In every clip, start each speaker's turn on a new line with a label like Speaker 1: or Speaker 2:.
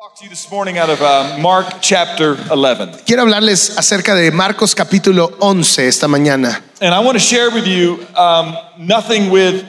Speaker 1: talk to you this morning out of uh, Mark chapter 11.
Speaker 2: Quiero hablarles acerca de Marcos capítulo 11 esta mañana.
Speaker 1: And I want to share with you um, nothing with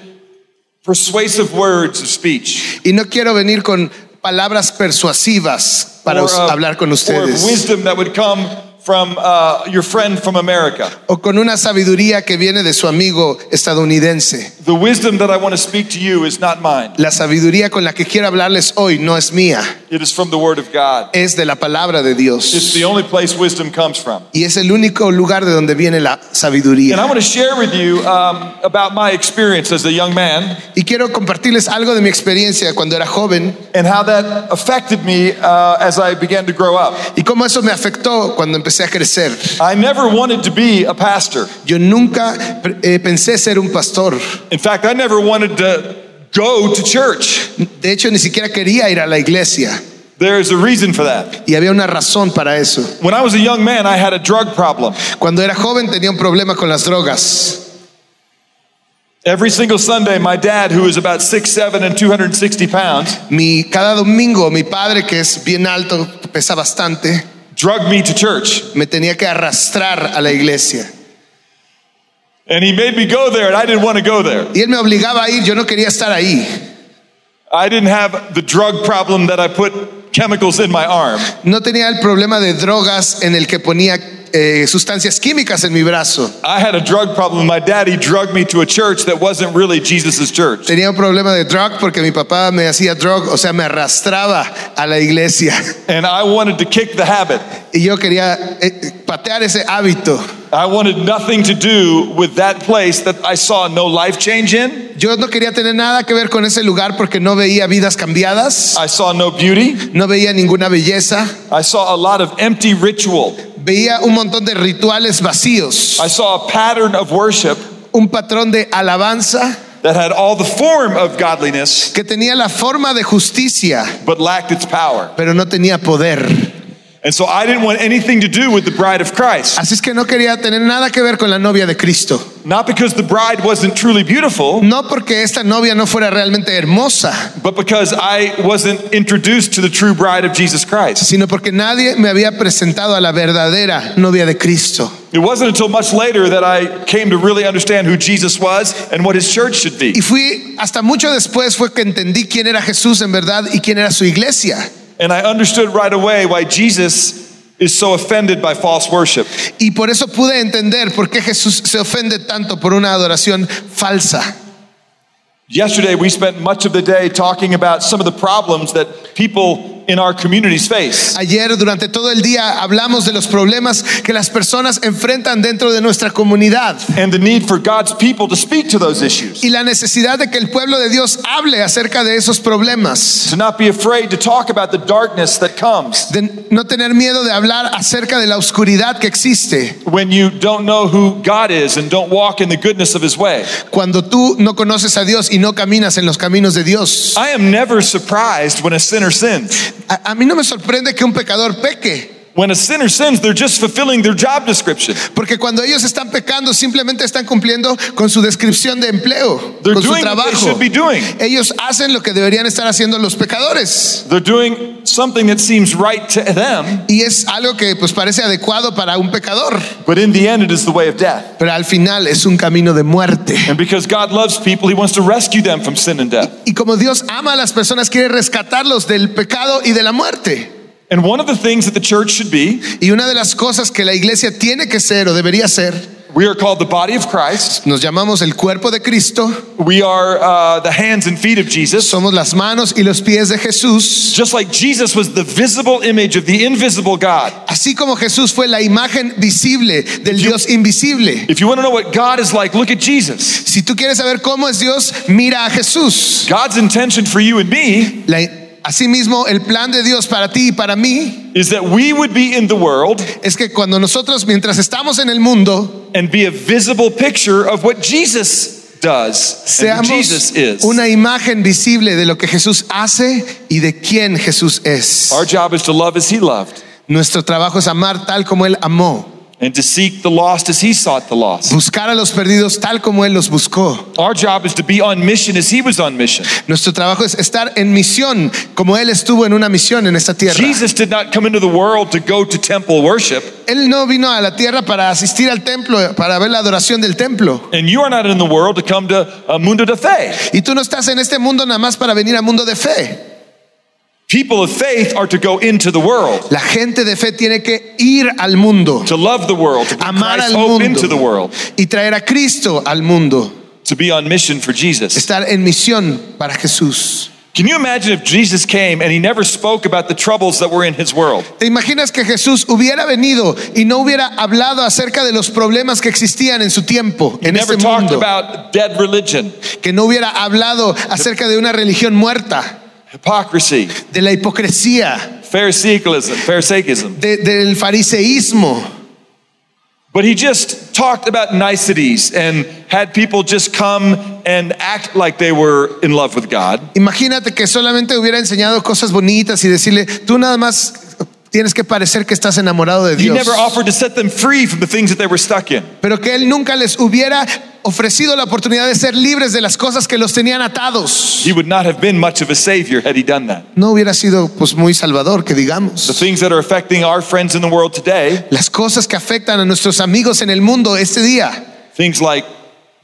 Speaker 1: persuasive words of speech
Speaker 2: Y no quiero venir con palabras persuasivas para
Speaker 1: or
Speaker 2: us-
Speaker 1: of-
Speaker 2: hablar con
Speaker 1: or of
Speaker 2: ustedes.
Speaker 1: uh, wisdom that would come from uh, your friend from America.
Speaker 2: O con una sabiduría que viene de su amigo estadounidense.
Speaker 1: The wisdom that I want to speak to you is not mine,
Speaker 2: La sabiduría con la que quiero hablarles hoy no es mía,
Speaker 1: it is from the Word of God.
Speaker 2: es de la palabra de
Speaker 1: It's
Speaker 2: Dios.
Speaker 1: the only place wisdom comes from.
Speaker 2: Y es el único lugar de donde viene la
Speaker 1: And I
Speaker 2: sabiduría.
Speaker 1: want to share with you um, about my experience as a young man
Speaker 2: Y quiero compartirles algo de mi experiencia cuando era joven
Speaker 1: and how that affected me uh, as I began to grow up.
Speaker 2: y cómo eso me afectó cuando empecé a crecer.
Speaker 1: I never wanted to be a pastor.
Speaker 2: Yo nunca eh, pensé ser un pastor.
Speaker 1: In fact, I never wanted to go to church.
Speaker 2: De hecho, ni siquiera quería ir a la iglesia.
Speaker 1: There is a reason for that.
Speaker 2: Y había una razón para eso.
Speaker 1: When I was a young man, I had a drug problem.
Speaker 2: Cuando era joven tenía un problema con las drogas.
Speaker 1: Every single Sunday, my dad, who is about six seven and 260 pounds,
Speaker 2: Mi, cada domingo mi padre, que es bien alto, pesa bastante,
Speaker 1: drugged me to church.
Speaker 2: me tenía que arrastrar a la iglesia.
Speaker 1: And he made me go there, and I didn't want to go there.
Speaker 2: Y él me obligaba a ir, yo no quería estar ahí.
Speaker 1: I didn't have the drug problem that I put chemicals in my arm.
Speaker 2: No tenía el problema de drogas en el que ponía eh, sustancias químicas en mi brazo.
Speaker 1: I had a drug problem. My daddy drugged me to a church that wasn't really Jesus' church.
Speaker 2: Tenía un problema de drug porque mi papá me hacía drug, o sea, me arrastraba a la iglesia.
Speaker 1: And I wanted to kick the habit.
Speaker 2: Y yo quería eh, patear ese hábito.
Speaker 1: I wanted nothing to do with that place that I saw no life change in.
Speaker 2: Yo no quería tener nada que ver con ese lugar porque no veía vidas cambiadas,
Speaker 1: I saw no beauty.
Speaker 2: no veía ninguna belleza,
Speaker 1: I saw a lot of empty ritual.
Speaker 2: veía un montón de rituales vacíos,
Speaker 1: I saw a pattern of worship
Speaker 2: un patrón de alabanza
Speaker 1: that had all the form of godliness
Speaker 2: que tenía la forma de justicia,
Speaker 1: but lacked its power.
Speaker 2: pero no tenía poder.
Speaker 1: And so I didn't want anything to do with the bride of Christ.
Speaker 2: Así es que no quería tener nada que ver con la novia de Cristo.
Speaker 1: Not because the bride wasn't truly beautiful,
Speaker 2: No porque esta novia no fuera realmente hermosa,
Speaker 1: but because I wasn't introduced to the true bride of Jesus Christ.
Speaker 2: sino porque nadie me había presentado a la verdadera novia de Cristo.
Speaker 1: It wasn't until much later that I came to really understand who Jesus was and what his church should be.
Speaker 2: Y fui hasta mucho después fue que entendí quién era Jesús en verdad y quién era su iglesia.
Speaker 1: And I understood right away why Jesus is so offended by false worship.
Speaker 2: Y por eso pude entender por qué Jesús se ofende tanto por una adoración falsa.
Speaker 1: Yesterday, we spent much of the day talking about some of the problems that people in our communities face.
Speaker 2: Ayer durante todo el día hablamos de los problemas que las personas enfrentan dentro de nuestra comunidad
Speaker 1: And the need for God's people to speak to those issues,
Speaker 2: y la necesidad de que el pueblo de Dios hable acerca de esos problemas.
Speaker 1: to not be afraid to talk about the darkness that comes
Speaker 2: De no tener miedo de hablar acerca de la oscuridad que existe
Speaker 1: when you don't know who God is and don't walk in the goodness of His way.
Speaker 2: cuando tú no conoces a Dios y no caminas en los caminos de Dios.
Speaker 1: I am never surprised when a sinner sins.
Speaker 2: A, a mí no me sorprende que un pecador peque,
Speaker 1: When a sinner sins, they're just fulfilling their job description.
Speaker 2: porque cuando ellos están pecando simplemente están cumpliendo con su descripción de empleo,
Speaker 1: They're
Speaker 2: con su
Speaker 1: doing what they
Speaker 2: trabajo.
Speaker 1: should be doing.
Speaker 2: Ellos hacen lo que deberían estar haciendo los pecadores
Speaker 1: They're doing something that seems right to them,
Speaker 2: y es algo que pues parece adecuado para un pecador,
Speaker 1: but in the end, it is the way of death.
Speaker 2: pero al final es un camino de muerte.
Speaker 1: And because God loves people, He wants to rescue them from sin and death.
Speaker 2: Y como Dios ama a las personas, quiere rescatarlos del pecado y de la muerte.
Speaker 1: And one of the things that the church should be,
Speaker 2: Y una de las cosas que la iglesia tiene que ser o debería ser,
Speaker 1: we are called the body of Christ.
Speaker 2: nos llamamos el cuerpo de Cristo,
Speaker 1: We are uh, the hands and feet of Jesus.
Speaker 2: somos las manos y los pies de Jesús.
Speaker 1: Just like Jesus was the visible image of the invisible God.
Speaker 2: Así como Jesús fue la imagen visible del Dios invisible.
Speaker 1: If you want to know what God is like, look at Jesus.
Speaker 2: Si tú quieres saber cómo es Dios, mira a Jesús.
Speaker 1: God's intention for you and me
Speaker 2: La- asimismo, el plan de Dios para ti y para mí
Speaker 1: is that we would be in the world
Speaker 2: es que cuando nosotros, mientras estamos en el mundo,
Speaker 1: and be a visible picture of what Jesus does and who
Speaker 2: seamos
Speaker 1: Jesus is.
Speaker 2: una imagen visible de lo que Jesús hace y de quién Jesús es.
Speaker 1: Our job is to love as he loved.
Speaker 2: Nuestro trabajo es amar tal como Él amó.
Speaker 1: and to seek the lost as he sought the lost.
Speaker 2: buscar a los perdidos tal como Él los buscó.
Speaker 1: Our job is to be on mission as he was on mission.
Speaker 2: Nuestro trabajo es estar en misión como Él estuvo en una misión en esta tierra.
Speaker 1: Jesus did not come into the world to go to temple worship,
Speaker 2: Él no vino a la tierra para asistir al templo, para ver la adoración del templo.
Speaker 1: and you are not in the world to come to uh, Mundo de Fe.
Speaker 2: Y tú no estás en este mundo nada más para venir al mundo de fe.
Speaker 1: People of faith are to go into the world,
Speaker 2: La gente de fe tiene que ir al mundo,
Speaker 1: to love the world, to be
Speaker 2: amar
Speaker 1: Christ's
Speaker 2: al
Speaker 1: hope into the
Speaker 2: mundo
Speaker 1: world,
Speaker 2: y traer a Cristo al mundo,
Speaker 1: to be on mission for Jesus.
Speaker 2: estar en misión para Jesús.
Speaker 1: Can you imagine if Jesus came and he never spoke about the troubles that were in his world?
Speaker 2: ¿Te imaginas que Jesús hubiera venido y no hubiera hablado acerca de los problemas que existían en su tiempo,
Speaker 1: He
Speaker 2: en
Speaker 1: never
Speaker 2: este
Speaker 1: talked
Speaker 2: mundo?
Speaker 1: about dead religion,
Speaker 2: Que no hubiera hablado acerca de una religión muerta,
Speaker 1: hypocrisy,
Speaker 2: de la hipocresía,
Speaker 1: Pharisaicalism, Pharisaicalism.
Speaker 2: de- del fariseísmo.
Speaker 1: But he just talked about niceties and had people just come and act like they were in love with God.
Speaker 2: Imagínate que solamente hubiera enseñado cosas bonitas y decirle, tú nada más tienes que parecer que estás enamorado de
Speaker 1: He
Speaker 2: Dios.
Speaker 1: never offered to set them free from the things that they were stuck in.
Speaker 2: Pero que él nunca les hubiera ofrecido la oportunidad de ser libres de las cosas que los tenían atados.
Speaker 1: He would not have been much of a savior had he done that.
Speaker 2: No hubiera sido pues muy salvador, que
Speaker 1: The
Speaker 2: digamos.
Speaker 1: things that are affecting our friends in the world today,
Speaker 2: Las cosas que afectan a nuestros amigos en el mundo este día,
Speaker 1: things like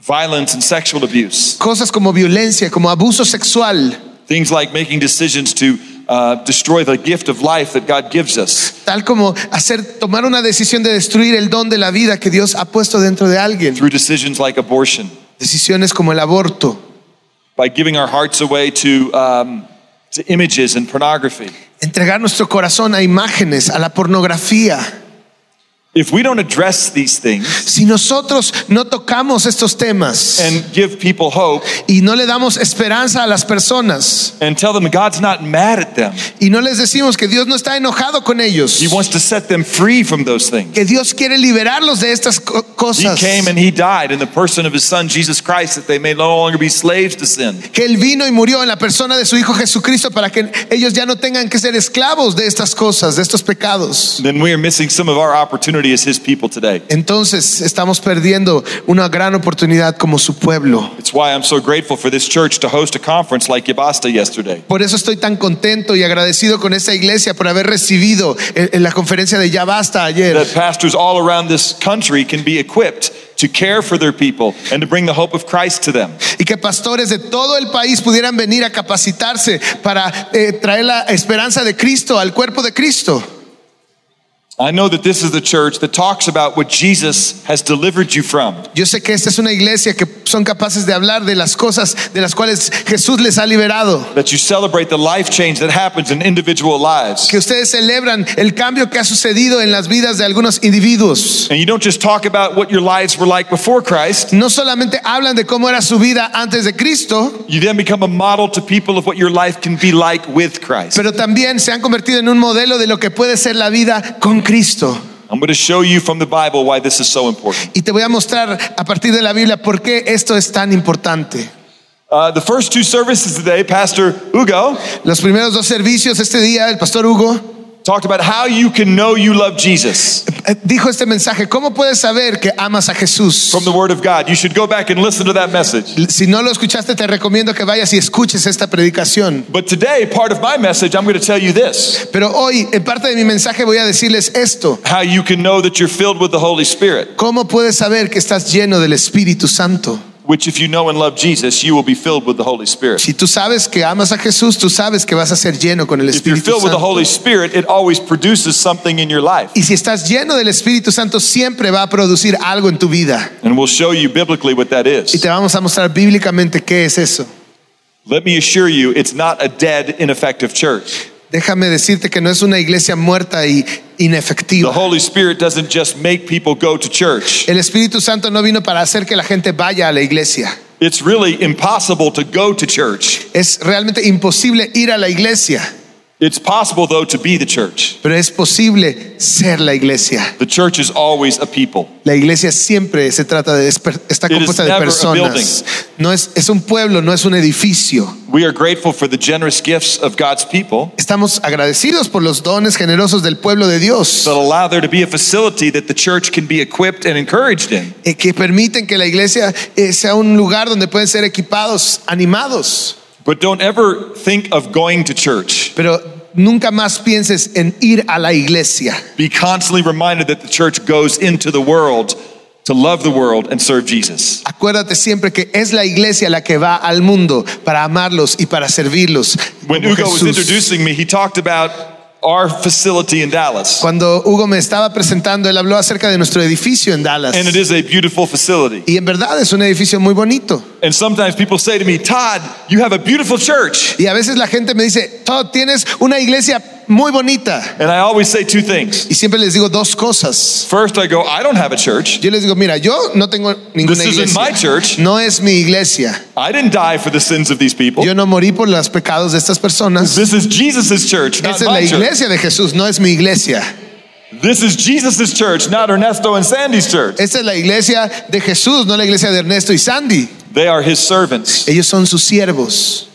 Speaker 1: violence and sexual abuse,
Speaker 2: cosas como violencia, como abuso sexual,
Speaker 1: things like making decisions to uh, destroy the gift of life that God gives us
Speaker 2: tal como hacer tomar una decisión de destruir el don de la vida que Dios ha puesto dentro de alguien,
Speaker 1: through decisions like abortion,
Speaker 2: decisiones como el aborto,
Speaker 1: by giving our hearts away to, um, to images and pornography.
Speaker 2: entregar nuestro corazón a imágenes, a la pornografía.
Speaker 1: If we don't address these things
Speaker 2: Si nosotros no tocamos estos temas
Speaker 1: and give people hope
Speaker 2: y no le damos esperanza a las personas
Speaker 1: and tell them God's not mad at them,
Speaker 2: y no les decimos que Dios no está enojado con ellos,
Speaker 1: He wants to set them free from those things.
Speaker 2: que Dios quiere liberarlos de estas co-
Speaker 1: He
Speaker 2: cosas,
Speaker 1: came and he died in the person of his son Jesus Christ that they may no longer be slaves to sin.
Speaker 2: que Él vino y murió en la persona de su Hijo Jesucristo para que ellos ya no tengan que ser esclavos de estas cosas, de estos pecados.
Speaker 1: Then we are missing some of our opportunity as his people today.
Speaker 2: Entonces estamos perdiendo una gran oportunidad como su pueblo.
Speaker 1: It's why I'm so grateful for this church to host a conference like Yabasta yesterday.
Speaker 2: Por eso estoy tan contento y agradecido con esta iglesia por haber recibido en, en la conferencia de Ya Basta ayer.
Speaker 1: That pastors all around this country can be equipped to care for their people and to bring the hope of Christ to them.
Speaker 2: Y que pastores de todo el país pudieran venir a capacitarse para eh, traer la esperanza de Cristo al cuerpo de Cristo.
Speaker 1: I know that this is the church that talks about what Jesus has delivered you from.
Speaker 2: Yo sé que esta es una iglesia que son capaces de hablar de las cosas de las cuales Jesús les ha liberado.
Speaker 1: That you celebrate the life change that happens in individual lives.
Speaker 2: Que ustedes celebran el cambio que ha sucedido en las vidas de algunos individuos.
Speaker 1: And you don't just talk about what your lives were like before Christ.
Speaker 2: No solamente hablan de cómo era su vida antes de Cristo,
Speaker 1: You then become a model to people of what your life can be like with Christ.
Speaker 2: pero también se han convertido en un modelo de lo que puede ser la vida con Cristo.
Speaker 1: I'm going to show you from the Bible why this is so important.
Speaker 2: Y te voy a mostrar a partir de la Biblia por qué esto es tan importante.
Speaker 1: Uh, the first two services today, Pastor Hugo
Speaker 2: Los primeros dos servicios este día, el pastor Hugo
Speaker 1: talked about how you can know you love Jesus
Speaker 2: eh, dijo este mensaje, ¿cómo puedes saber que amas a Jesús?
Speaker 1: from the Word of God. You should go back and listen to that message.
Speaker 2: Si no lo escuchaste, te recomiendo que vayas y escuches esta predicación.
Speaker 1: But today, part of my message, I'm going to tell you this
Speaker 2: Pero hoy, en parte de mi mensaje, voy a decirles esto.
Speaker 1: how you can know that you're filled with the Holy Spirit,
Speaker 2: ¿Cómo puedes saber que estás lleno del Espíritu Santo?
Speaker 1: which, if you know and love Jesus, you will be filled with the Holy Spirit.
Speaker 2: Si tú sabes que amas a Jesús, tú sabes que vas a ser lleno con el
Speaker 1: If you're
Speaker 2: Espíritu
Speaker 1: filled with the
Speaker 2: Santo.
Speaker 1: Holy Spirit, it always produces something in your life.
Speaker 2: Y si estás lleno del Espíritu Santo, siempre va a producir algo en tu vida.
Speaker 1: And we'll show you biblically what that is.
Speaker 2: Y te vamos a mostrar bíblicamente qué es eso.
Speaker 1: Let me assure you, it's not a dead, ineffective church.
Speaker 2: Déjame decirte que no es una iglesia muerta y
Speaker 1: The
Speaker 2: inefectiva.
Speaker 1: Holy Spirit doesn't just make people go to church.
Speaker 2: El Espíritu Santo no vino para hacer que la gente vaya a la iglesia.
Speaker 1: It's really impossible to go to church
Speaker 2: Es realmente imposible ir a la iglesia
Speaker 1: It's possible, though, to be the church.
Speaker 2: Pero es posible ser la iglesia.
Speaker 1: The church is always a people.
Speaker 2: La iglesia siempre se trata de esper- está
Speaker 1: It is
Speaker 2: compuesta de
Speaker 1: never a
Speaker 2: personas. No es, es un pueblo, no es un edificio.
Speaker 1: We are grateful for the generous gifts of God's people
Speaker 2: Estamos agradecidos por los dones generosos del pueblo de Dios
Speaker 1: that allow there to be a facility that the church can be equipped and encouraged in.
Speaker 2: eh, que permiten que la iglesia eh, sea un lugar donde pueden ser equipados, animados.
Speaker 1: But don't ever think of going to church.
Speaker 2: Pero nunca más pienses en ir a la iglesia.
Speaker 1: Be constantly reminded that the church goes into the world to love the world and serve Jesus.
Speaker 2: Acuérdate siempre que es la iglesia la que va al mundo para amarlos y para servirlos.
Speaker 1: When
Speaker 2: como
Speaker 1: Hugo was
Speaker 2: Jesús.
Speaker 1: introducing me, he talked about our facility in Dallas.
Speaker 2: Cuando Hugo me estaba presentando, él habló acerca de nuestro edificio en Dallas.
Speaker 1: And it is a beautiful facility.
Speaker 2: Y en verdad es un edificio muy bonito.
Speaker 1: And sometimes people say to me, Todd, you have a beautiful church.
Speaker 2: Y a veces la gente me dice, Todd, tienes una iglesia muy bonita.
Speaker 1: And I always say two things.
Speaker 2: Y siempre les digo dos cosas.
Speaker 1: First, I go, I don't have a church.
Speaker 2: Yo les digo, mira, yo no tengo ninguna
Speaker 1: This isn't
Speaker 2: iglesia.
Speaker 1: my church.
Speaker 2: No es mi iglesia.
Speaker 1: I didn't die for the sins of these people.
Speaker 2: Yo no morí por los pecados de estas personas.
Speaker 1: This is Jesus' church, not
Speaker 2: Esa es la
Speaker 1: my church.
Speaker 2: iglesia de Jesús, no es mi iglesia.
Speaker 1: This is Jesus' church, not Ernesto and Sandy's church.
Speaker 2: Esta es la iglesia de Jesús, no la iglesia de Ernesto y Sandy.
Speaker 1: They are his servants.
Speaker 2: Ellos son sus siervos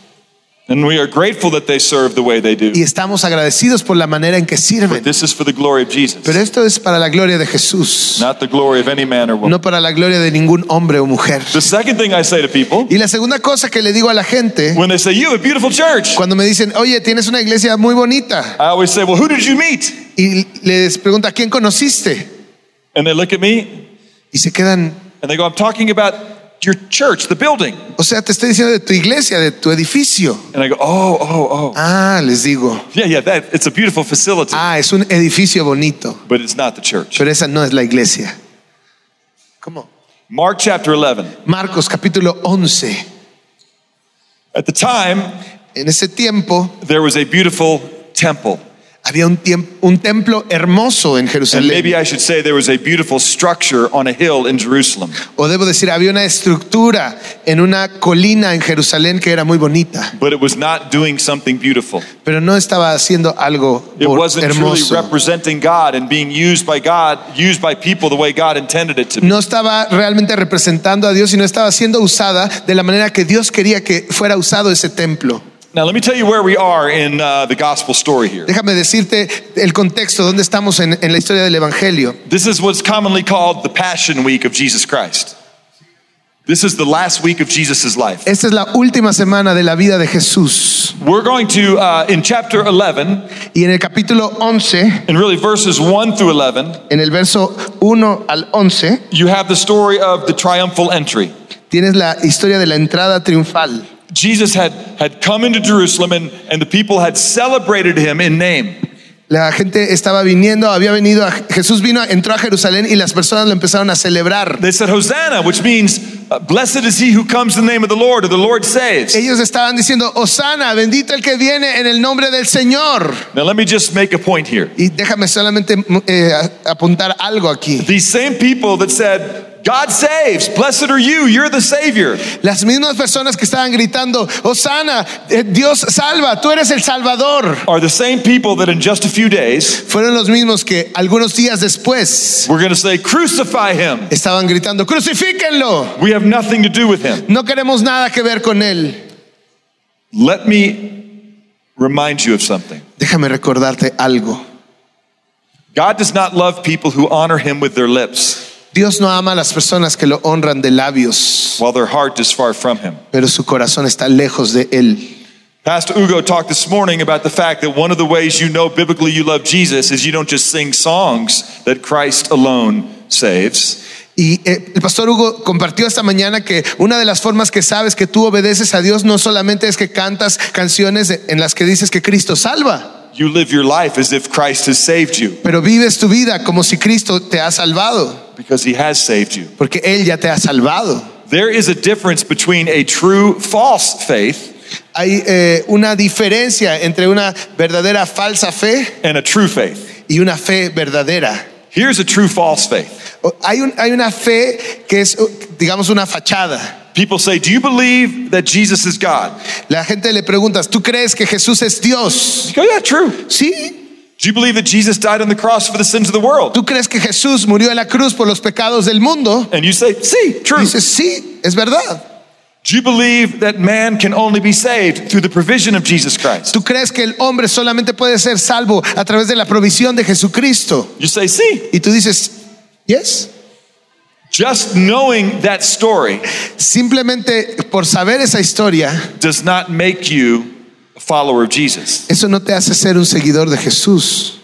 Speaker 1: And we are grateful that they serve the way they do.
Speaker 2: y estamos agradecidos por la manera en que
Speaker 1: But
Speaker 2: sirven.
Speaker 1: this is for the glory of
Speaker 2: Pero
Speaker 1: Jesus,
Speaker 2: esto es para la gloria de Jesús,
Speaker 1: not the glory of any man or woman.
Speaker 2: no para la gloria de ningún hombre o mujer.
Speaker 1: The second thing I say to people
Speaker 2: Y la segunda cosa que le digo a la gente,
Speaker 1: when they say, You have a beautiful church,
Speaker 2: cuando me dicen, oye, tienes una iglesia muy bonita,
Speaker 1: I always say, Well, who did you meet?
Speaker 2: y les pregunto, ¿a quién conociste?
Speaker 1: And they look at me
Speaker 2: Y se quedan,
Speaker 1: And they go, I'm talking about your church, the building.
Speaker 2: o sea, te estoy diciendo de tu iglesia, de tu edificio.
Speaker 1: And I go, oh, oh, oh.
Speaker 2: Ah, les digo,
Speaker 1: Yeah, yeah, that, it's a beautiful facility,
Speaker 2: ah, es un edificio bonito,
Speaker 1: but it's not the church.
Speaker 2: pero esa no es la iglesia. ¿Cómo?
Speaker 1: Mark chapter 11.
Speaker 2: Marcos capítulo 11.
Speaker 1: At the time,
Speaker 2: En ese tiempo
Speaker 1: there was a beautiful temple.
Speaker 2: había un, tiemp- un templo hermoso en
Speaker 1: And
Speaker 2: Jerusalén.
Speaker 1: maybe I should say there was a beautiful structure on a hill in Jerusalem.
Speaker 2: O debo decir, había una estructura en una colina en Jerusalén que era muy bonita,
Speaker 1: But it was not doing something beautiful.
Speaker 2: pero no estaba haciendo algo
Speaker 1: It
Speaker 2: por-
Speaker 1: wasn't truly
Speaker 2: hermoso.
Speaker 1: representing God and being used by God, used by people the way God intended it to be.
Speaker 2: No estaba realmente representando a Dios y no estaba siendo usada de la manera que Dios quería que fuera usado ese templo.
Speaker 1: Now, let me tell you where we are in uh, the gospel story here.
Speaker 2: Déjame decirte el contexto, dónde estamos en- en la historia del Evangelio.
Speaker 1: This is what's commonly called the Passion Week of Jesus Christ. This is the last week of Jesus' life.
Speaker 2: Esta es la última semana de la vida de Jesús.
Speaker 1: We're going to, uh, in chapter 11,
Speaker 2: Y en el capítulo 11
Speaker 1: and really verses 1 through 11,
Speaker 2: En el verso 1 al 11
Speaker 1: you have the story of the triumphal entry.
Speaker 2: tienes la historia de la entrada triunfal.
Speaker 1: Jesus had, had come into Jerusalem, and, and the people had celebrated him in name.
Speaker 2: La gente estaba viniendo, había venido, a, Jesús vino, entró a Jerusalén y las personas lo empezaron a celebrar.
Speaker 1: They said, Hosanna, which means, uh, Blessed is he who comes in the name of the Lord, or the Lord saves.
Speaker 2: Ellos estaban diciendo, Osana, bendito el que viene en el nombre del Señor.
Speaker 1: Now, let me just make a point here.
Speaker 2: Y déjame solamente mm, eh, a- apuntar algo aquí.
Speaker 1: These same people that said, God saves, blessed are you, you're the Savior.
Speaker 2: Las mismas personas que estaban gritando, Osana, eh, Dios salva, tú eres el Salvador.
Speaker 1: are the same people that in just a few days
Speaker 2: Fueron los mismos que algunos días después
Speaker 1: we're going to say, Crucify him.
Speaker 2: estaban gritando, crucifíquenlo.
Speaker 1: We have nothing to do with him.
Speaker 2: No queremos nada que ver con él.
Speaker 1: Let me remind you of something.
Speaker 2: Déjame recordarte algo.
Speaker 1: God does not love people who honor him with their lips
Speaker 2: Dios no ama a las personas que lo honran de labios,
Speaker 1: while their heart is far from him.
Speaker 2: pero su corazón está lejos de él.
Speaker 1: Pastor Ugo talked this morning about the fact that one of the ways you know biblically you love Jesus is you don't just sing songs that Christ alone saves.
Speaker 2: Y eh, el pastor Hugo compartió esta mañana que una de las formas que sabes que tú obedeces a Dios no solamente es que cantas canciones de- en las que dices que Cristo salva,
Speaker 1: You live your life as if Christ has saved you
Speaker 2: pero vives tu vida como si Cristo te ha salvado,
Speaker 1: because he has saved you.
Speaker 2: porque Él ya te ha salvado.
Speaker 1: There is a difference between a true false faith
Speaker 2: Hay eh, una diferencia entre una verdadera falsa fe
Speaker 1: and a true faith.
Speaker 2: y una fe verdadera.
Speaker 1: Here's a true false faith.
Speaker 2: O- Hay, un- hay una fe que es, digamos, una fachada.
Speaker 1: People say, Do you believe that Jesus is God?
Speaker 2: La gente le preguntas, ¿tú crees que Jesús es Dios?
Speaker 1: You go, Yeah, true.
Speaker 2: Sí.
Speaker 1: Do you believe that Jesus died on the cross for the sins of the world?
Speaker 2: ¿Tú crees que Jesús murió en la cruz por los pecados del mundo?
Speaker 1: And you say, See, true.
Speaker 2: Dices, sí, es verdad.
Speaker 1: Do you believe that man can only be saved through the provision of Jesus Christ?
Speaker 2: ¿Tú crees que el hombre solamente puede ser salvo a través de la provisión de Jesucristo?
Speaker 1: You say, See.
Speaker 2: Y tú dices, yes.
Speaker 1: Just knowing that story
Speaker 2: Simplemente por saber esa historia,
Speaker 1: does not make you a follower of Jesus.
Speaker 2: eso no te hace ser un seguidor de Jesús.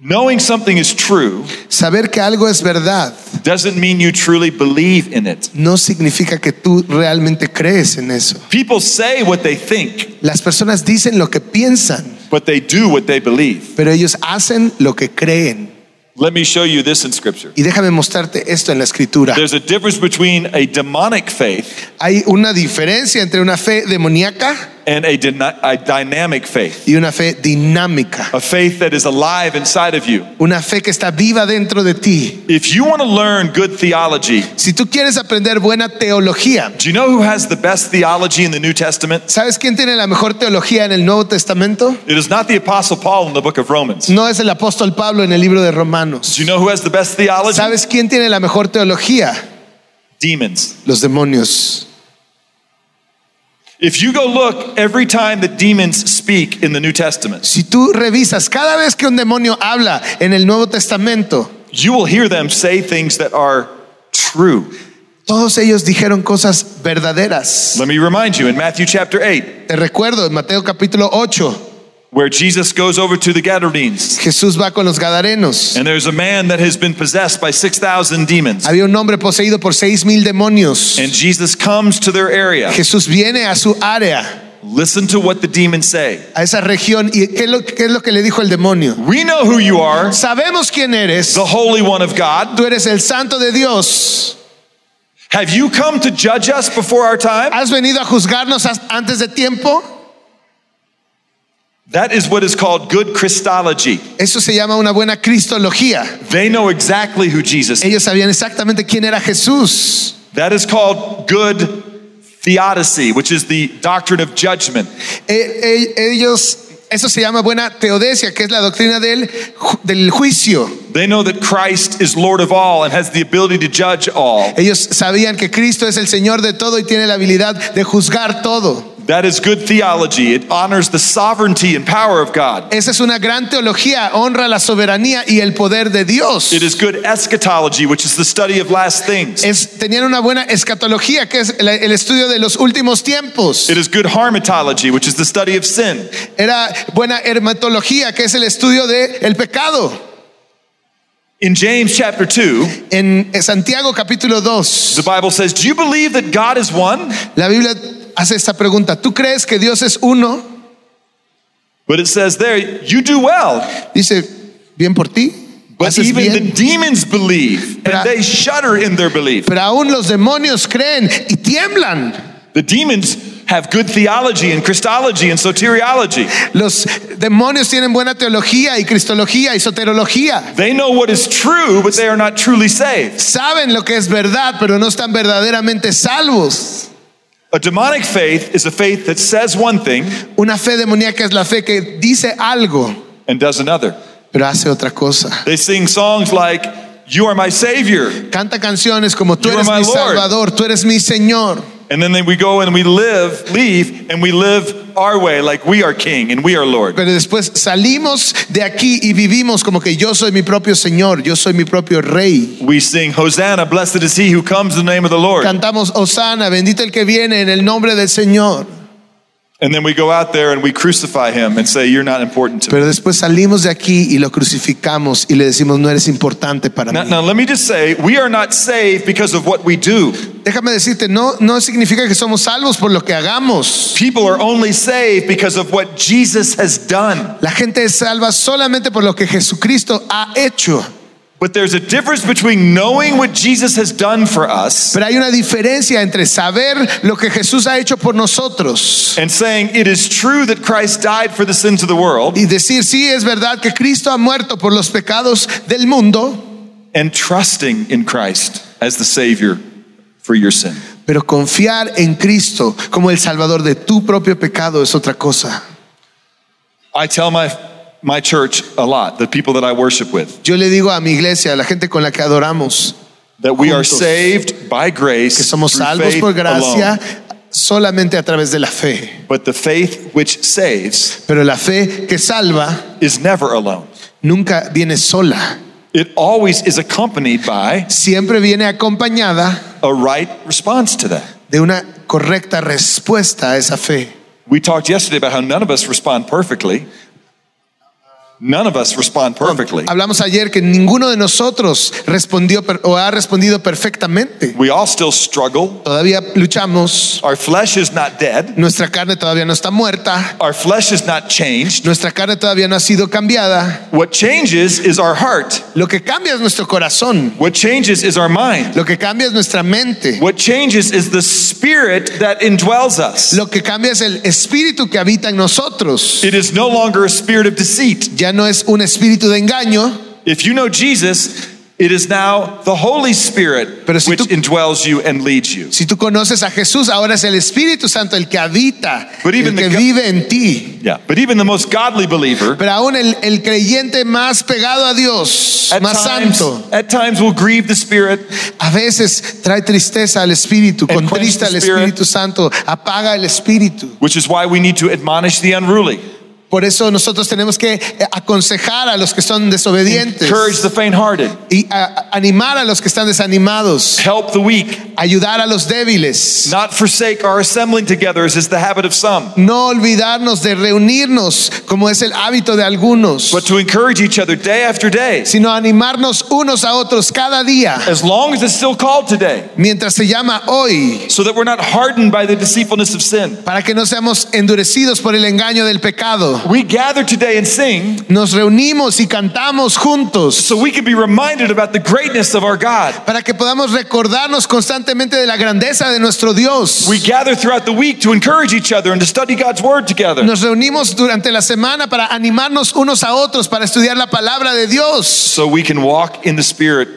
Speaker 1: Knowing something is true
Speaker 2: Saber que algo es verdad
Speaker 1: doesn't mean you truly believe in it.
Speaker 2: no significa que tú realmente crees en eso.
Speaker 1: People say what they think,
Speaker 2: Las personas dicen lo que piensan,
Speaker 1: but they do what they believe.
Speaker 2: pero ellos hacen lo que creen.
Speaker 1: Let me show you this in scripture.
Speaker 2: Y déjame mostrarte esto en la escritura.
Speaker 1: There's a difference between a demonic faith
Speaker 2: Hay una diferencia entre una fe demoníaca
Speaker 1: and a, dyna- a dynamic faith,
Speaker 2: y una fe dinámica.
Speaker 1: a faith that is alive inside of you.
Speaker 2: Una fe que está viva dentro de ti.
Speaker 1: If you want to learn good theology,
Speaker 2: Si tú quieres aprender buena teología,
Speaker 1: do you know who has the best theology in the New Testament?
Speaker 2: ¿sabes quién tiene la mejor teología en el Nuevo Testamento?
Speaker 1: It is not the Apostle Paul in the book of Romans. Do
Speaker 2: No es el apóstol Pablo en el libro de Romanos.
Speaker 1: you know who has the best theology?
Speaker 2: ¿Sabes quién tiene la mejor teología?
Speaker 1: Demons.
Speaker 2: Los demonios.
Speaker 1: If you go look every time that demons speak in the New Testament,
Speaker 2: Si tú revisas cada vez que un demonio habla en el Nuevo Testamento,
Speaker 1: you will hear them say things that are true.
Speaker 2: todos ellos dijeron cosas verdaderas.
Speaker 1: Let me remind you in Matthew chapter 8,
Speaker 2: Te recuerdo en Mateo capítulo 8,
Speaker 1: where Jesus goes over to the Gadarenes,
Speaker 2: Jesús va con los gadarenos.
Speaker 1: and there's a man that has been possessed by 6,000 demons.
Speaker 2: Había un hombre poseído por seis mil demonios.
Speaker 1: And Jesus comes to their area.
Speaker 2: Jesús viene a su área,
Speaker 1: Listen to what the demons say.
Speaker 2: a esa región, y ¿qué es lo, qué es lo que le dijo el demonio?
Speaker 1: We know who you are,
Speaker 2: Sabemos quién eres.
Speaker 1: the Holy One of God.
Speaker 2: Tú eres el santo de Dios.
Speaker 1: Have you come to judge us before our time?
Speaker 2: ¿Has venido a juzgarnos as- antes de tiempo?
Speaker 1: That is what is called good Christology.
Speaker 2: Eso se llama una buena cristología.
Speaker 1: They know exactly who Jesus is.
Speaker 2: Ellos sabían exactamente quién era Jesús.
Speaker 1: That is called good theodicy, which is the doctrine of judgment.
Speaker 2: Eh, eh, ellos, eso se llama buena teodesia, que es la doctrina del, ju- del juicio.
Speaker 1: They know that Christ is Lord of all and has the ability to judge all.
Speaker 2: Ellos sabían que Cristo es el Señor de todo y tiene la habilidad de juzgar todo.
Speaker 1: That is good theology. It honors the sovereignty and power of God.
Speaker 2: Esa es una gran teología, honra la soberanía y el poder de Dios.
Speaker 1: It is good eschatology, which is the study of last things.
Speaker 2: Es- tenían una buena escatología, que es la- el estudio de los últimos tiempos.
Speaker 1: It is good harmatology, which is the study of sin.
Speaker 2: Era buena hermatología, que es el estudio del el pecado.
Speaker 1: In James chapter 2,
Speaker 2: En Santiago capítulo 2,
Speaker 1: the Bible says, Do you believe that God is one?
Speaker 2: la Biblia hace esta pregunta. ¿Tú crees que Dios es uno?
Speaker 1: But it says there, You do well.
Speaker 2: Dice, bien por ti.
Speaker 1: But
Speaker 2: haces
Speaker 1: even the
Speaker 2: bien.
Speaker 1: demons believe,
Speaker 2: But I-
Speaker 1: and they shudder in their belief.
Speaker 2: Pero aún los demonios creen y tiemblan.
Speaker 1: The demons have good theology and Christology and soteriology.
Speaker 2: Los demonios tienen buena teología y cristología y soterología.
Speaker 1: They know what is true, but they are not truly saved.
Speaker 2: Saben lo que es verdad, pero no están verdaderamente salvos.
Speaker 1: A demonic faith is a faith that says one thing
Speaker 2: Una fe demoníaca es la fe que dice algo,
Speaker 1: and does another.
Speaker 2: pero hace otra cosa.
Speaker 1: They sing songs like, You are my Savior.
Speaker 2: Canta canciones como tú
Speaker 1: You are
Speaker 2: eres
Speaker 1: my
Speaker 2: mi
Speaker 1: Lord.
Speaker 2: Salvador, tú eres mi Señor.
Speaker 1: And then they- we go and we live, leave, and we live our way like we are King and we are Lord.
Speaker 2: Pero después salimos de aquí y vivimos como que yo soy mi propio Señor, yo soy mi propio Rey.
Speaker 1: We sing, Hosanna, blessed is he who comes in the name of the Lord.
Speaker 2: Cantamos, Osana, bendito el que viene en el nombre del Señor.
Speaker 1: And then we go out there and we crucify him and say, You're not important to me.
Speaker 2: Pero después salimos de aquí y lo crucificamos y le decimos, no eres importante para
Speaker 1: Now,
Speaker 2: mí.
Speaker 1: now, let me just say, we are not saved because of what we do.
Speaker 2: Déjame decirte, no, no significa que somos salvos por lo que hagamos.
Speaker 1: People are only saved because of what Jesus has done.
Speaker 2: La gente es salva solamente por lo que Jesucristo ha hecho.
Speaker 1: But there's a difference between knowing what Jesus has done for us
Speaker 2: Pero hay una diferencia entre saber lo que Jesús ha hecho por nosotros
Speaker 1: and saying it is true that Christ died for the sins of the world
Speaker 2: y decir, sí, es verdad que Cristo ha muerto por los pecados del mundo
Speaker 1: and trusting in Christ. as the Savior for your sin.
Speaker 2: Pero confiar en Cristo como el salvador de tu propio pecado es otra cosa.
Speaker 1: I tell my, my church a lot, the people that I worship with,
Speaker 2: Yo le digo a mi iglesia, a la gente con la que adoramos,
Speaker 1: that we are
Speaker 2: Juntos.
Speaker 1: saved by grace.
Speaker 2: que somos
Speaker 1: through
Speaker 2: salvos
Speaker 1: faith
Speaker 2: por gracia
Speaker 1: alone.
Speaker 2: solamente a través de la fe.
Speaker 1: But the faith which saves
Speaker 2: Pero la fe que salva
Speaker 1: is never alone.
Speaker 2: nunca viene sola,
Speaker 1: It always is accompanied by
Speaker 2: siempre viene acompañada
Speaker 1: a right response to that.
Speaker 2: de una correcta respuesta a esa fe.
Speaker 1: We talked yesterday about how none of us respond perfectly. None of us respond perfectly.
Speaker 2: Hablamos ayer que ninguno de nosotros respondió per- o ha respondido perfectamente.
Speaker 1: We all still struggle.
Speaker 2: Todavía luchamos,
Speaker 1: Our flesh is not dead.
Speaker 2: nuestra carne todavía no está muerta,
Speaker 1: Our flesh is not changed.
Speaker 2: nuestra carne todavía no ha sido cambiada.
Speaker 1: What changes is our heart.
Speaker 2: Lo que cambia es nuestro corazón,
Speaker 1: What changes is our mind.
Speaker 2: lo que cambia es nuestra mente,
Speaker 1: What changes is the spirit that indwells us.
Speaker 2: lo que cambia es el espíritu que habita en nosotros.
Speaker 1: It is no longer a spirit of deceit.
Speaker 2: Ya no es un espíritu de engaño,
Speaker 1: If you know Jesus, it is now the Holy Spirit
Speaker 2: Pero si
Speaker 1: which
Speaker 2: tú-
Speaker 1: indwells you and leads you.
Speaker 2: Si tú conoces a Jesús, ahora es el Espíritu Santo el que habita,
Speaker 1: But even
Speaker 2: el que
Speaker 1: the go-
Speaker 2: vive en ti.
Speaker 1: Yeah. But even the most godly believer
Speaker 2: Pero aún el, el creyente más pegado a Dios,
Speaker 1: at
Speaker 2: más
Speaker 1: times,
Speaker 2: santo,
Speaker 1: at times will grieve the Spirit.
Speaker 2: a veces trae tristeza al Espíritu,
Speaker 1: And
Speaker 2: contrista al
Speaker 1: quench the
Speaker 2: Espíritu Santo, apaga el Espíritu.
Speaker 1: which is why we need to admonish the unruly,
Speaker 2: Por eso nosotros tenemos que eh, aconsejar a los que son desobedientes
Speaker 1: encourage the faint hearted,
Speaker 2: y a- a- animar a los que están desanimados,
Speaker 1: help the weak,
Speaker 2: ayudar a los débiles.
Speaker 1: not forsake our assembling together, as is the habit of some,
Speaker 2: No olvidarnos de reunirnos como es el hábito de algunos.
Speaker 1: but to encourage each other day after day,
Speaker 2: sino animarnos unos a otros cada día,
Speaker 1: as long as it's still called today,
Speaker 2: mientras se llama hoy,
Speaker 1: so that we're not hardened by the deceitfulness of sin.
Speaker 2: para que no seamos endurecidos por el engaño del pecado.
Speaker 1: We gather today and sing
Speaker 2: Nos reunimos y cantamos juntos
Speaker 1: so we can be reminded about the greatness of our God.
Speaker 2: para que podamos recordarnos constantemente de la grandeza de nuestro Dios.
Speaker 1: We gather throughout the week to encourage each other and to study God's Word together
Speaker 2: Nos reunimos durante la semana para animarnos unos a otros, para estudiar la palabra de Dios,
Speaker 1: so we can walk in the Spirit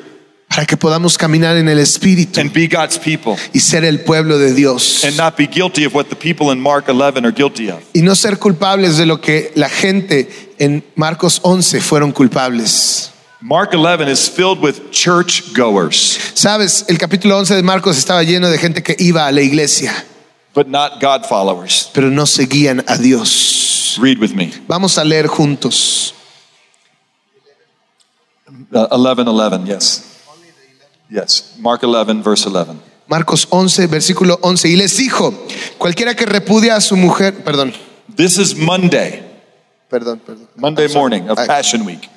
Speaker 2: para que podamos caminar en el Espíritu
Speaker 1: and be God's people
Speaker 2: y ser el pueblo de Dios.
Speaker 1: and not be guilty of what the people in Mark 11 are guilty of.
Speaker 2: Y no ser culpables de lo que la gente en Marcos 11 fueron culpables.
Speaker 1: Mark 11 is filled with churchgoers,
Speaker 2: Sabes, el capítulo 11 de Marcos estaba lleno de gente que iba a la iglesia,
Speaker 1: but not God followers.
Speaker 2: pero no seguían a Dios.
Speaker 1: Read with me.
Speaker 2: Vamos a leer juntos.
Speaker 1: Uh, 11, 11, yes. Yes. Mark 11, verse 11.
Speaker 2: Marcos 11, versículo 11. Y les dijo, cualquiera que repudia a su mujer, perdón,
Speaker 1: This is Monday,
Speaker 2: perdón, perdón. Ah,
Speaker 1: Monday morning of
Speaker 2: Ay.
Speaker 1: Passion Week.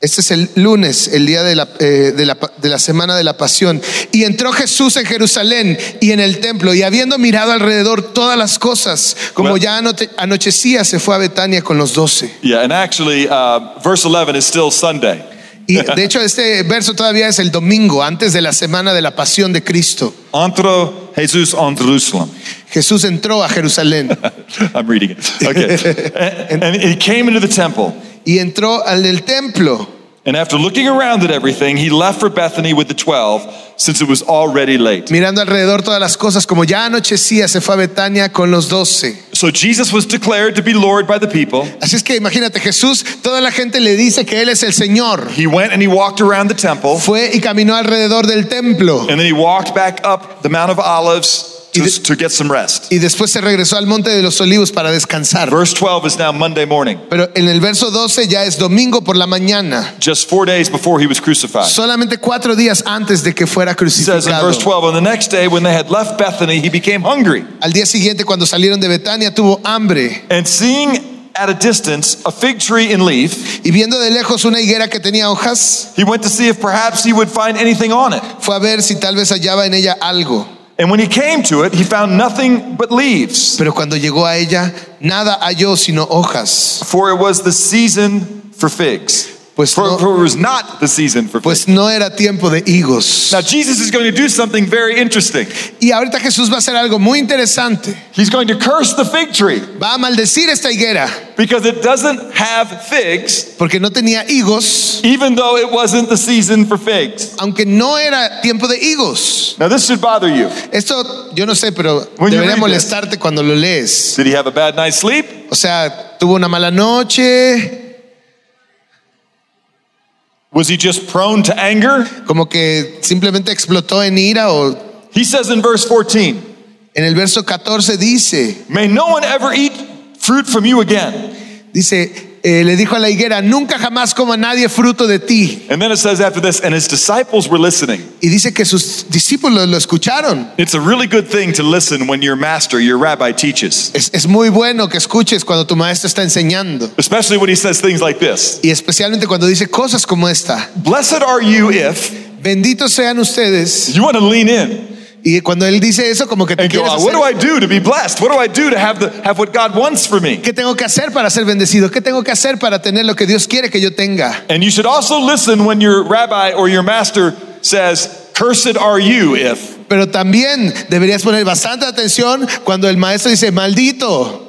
Speaker 2: Este es el lunes, el día de la, eh, de, la, pa- de la semana de la pasión. Y entró Jesús en Jerusalén y en el templo, y habiendo mirado alrededor todas las cosas, como
Speaker 1: Bueno.
Speaker 2: ya anote- anochecía, se fue a Betania con los doce.
Speaker 1: Yeah, and actually, uh, verse 11 is still Sunday.
Speaker 2: Y de hecho este verso todavía es el domingo, antes de la semana de la pasión de Cristo.
Speaker 1: Entro Jesus en Jerusalem.
Speaker 2: Jesús entró a Jerusalén
Speaker 1: I'm reading it. Okay. and, and he came into the temple,
Speaker 2: y entró al del templo.
Speaker 1: and after looking around at everything, he left for Bethany with the 12, since it was already late.
Speaker 2: Mirando alrededor todas las cosas, como ya anochecía, se fue a Betania con los doce.
Speaker 1: So Jesus was declared to be Lord by the people.
Speaker 2: Así es que imagínate, Jesús, toda la gente le dice que Él es el Señor.
Speaker 1: He went and he walked around the temple,
Speaker 2: Fue y caminó alrededor del templo
Speaker 1: and then he walked back up the Mount of Olives to, to get some rest.
Speaker 2: y después se regresó al Monte de los Olivos para descansar.
Speaker 1: Verse 12 is now Monday morning,
Speaker 2: Pero en el verso 12 ya es domingo por la mañana,
Speaker 1: just four days before he was crucified.
Speaker 2: solamente cuatro días antes de que fuera
Speaker 1: It says in
Speaker 2: crucificado.
Speaker 1: verse 12, on the next day when they had left Bethany, he became hungry.
Speaker 2: Al día siguiente, cuando salieron de Betania, tuvo hambre
Speaker 1: And seeing at a distance a fig tree in leaf,
Speaker 2: y viendo de lejos una higuera que tenía hojas,
Speaker 1: he went to see if perhaps he would find anything on it.
Speaker 2: fue a ver si tal vez hallaba en ella algo.
Speaker 1: And when he came to it, he found nothing but leaves,
Speaker 2: Pero cuando llegó a ella, nada halló sino hojas,
Speaker 1: for it was the season for figs.
Speaker 2: pues
Speaker 1: For,
Speaker 2: no,
Speaker 1: for it was not the season for figs.
Speaker 2: pues no era tiempo de higos.
Speaker 1: Now, Jesus is going to do something very interesting.
Speaker 2: Y ahorita Jesús va a hacer algo muy interesante.
Speaker 1: He's going to curse the fig tree
Speaker 2: Va a maldecir esta higuera
Speaker 1: because it doesn't have figs,
Speaker 2: porque no tenía higos,
Speaker 1: even though it wasn't the season for figs.
Speaker 2: aunque no era tiempo de higos.
Speaker 1: Now, this should bother you.
Speaker 2: Esto yo no sé, pero
Speaker 1: When you read
Speaker 2: debería
Speaker 1: this.
Speaker 2: molestarte cuando lo lees.
Speaker 1: Did he have a bad night's sleep?
Speaker 2: O sea, tuvo una mala noche,
Speaker 1: Was he just prone to anger?
Speaker 2: como que simplemente explotó en ira o
Speaker 1: He says in verse 14,
Speaker 2: en el verso 14 dice,
Speaker 1: May no one ever eat fruit from you again.
Speaker 2: dice, eh, le dijo a la higuera, nunca jamás coma nadie fruto de ti.
Speaker 1: And then it says after this, and his disciples were listening.
Speaker 2: Y dice que sus discípulos lo escucharon.
Speaker 1: It's a really good thing to listen when your master, your rabbi, teaches,
Speaker 2: Es, es muy bueno que escuches cuando tu maestro está enseñando.
Speaker 1: especially when he says things like this
Speaker 2: Y especialmente cuando dice cosas como esta.
Speaker 1: Blessed are you if
Speaker 2: Benditos sean ustedes.
Speaker 1: you want to lean in
Speaker 2: Y cuando él dice eso, como que te
Speaker 1: and go,
Speaker 2: quieres
Speaker 1: "Ah, What
Speaker 2: hacer-
Speaker 1: do I do to be blessed? What do I do to have, the, have what God wants for me?
Speaker 2: ¿Qué tengo que hacer para ser bendecido? ¿Qué tengo que hacer para tener lo que Dios quiere que yo tenga?
Speaker 1: And you should also listen when your rabbi or your master says, Cursed are you if.
Speaker 2: Pero también deberías poner bastante atención cuando el maestro dice, maldito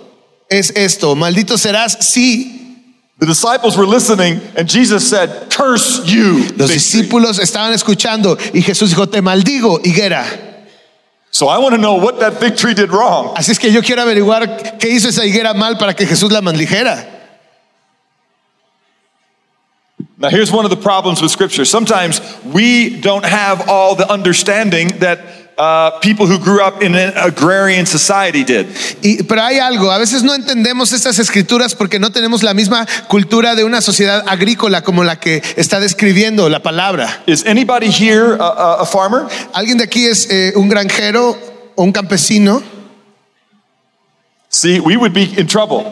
Speaker 2: es esto, maldito serás si.
Speaker 1: The disciples were listening, and Jesus said, Curse you. fig tree."
Speaker 2: Los discípulos estaban escuchando y Jesús dijo, te maldigo, higuera.
Speaker 1: So I want to know what that fig tree did wrong.
Speaker 2: Así es que yo quiero averiguar qué hizo esa higuera mal para que Jesús la maldijera.
Speaker 1: Now, here's one of the problems with Scripture. Sometimes we don't have all the understanding that uh, people who grew up in an agrarian society did.
Speaker 2: Y, pero hay algo, a veces no entendemos estas escrituras porque no tenemos la misma cultura de una sociedad agrícola como la que está describiendo la palabra.
Speaker 1: Is anybody here a, a, a farmer?
Speaker 2: ¿Alguien de aquí es eh, un granjero o un campesino?
Speaker 1: See, we would be in trouble.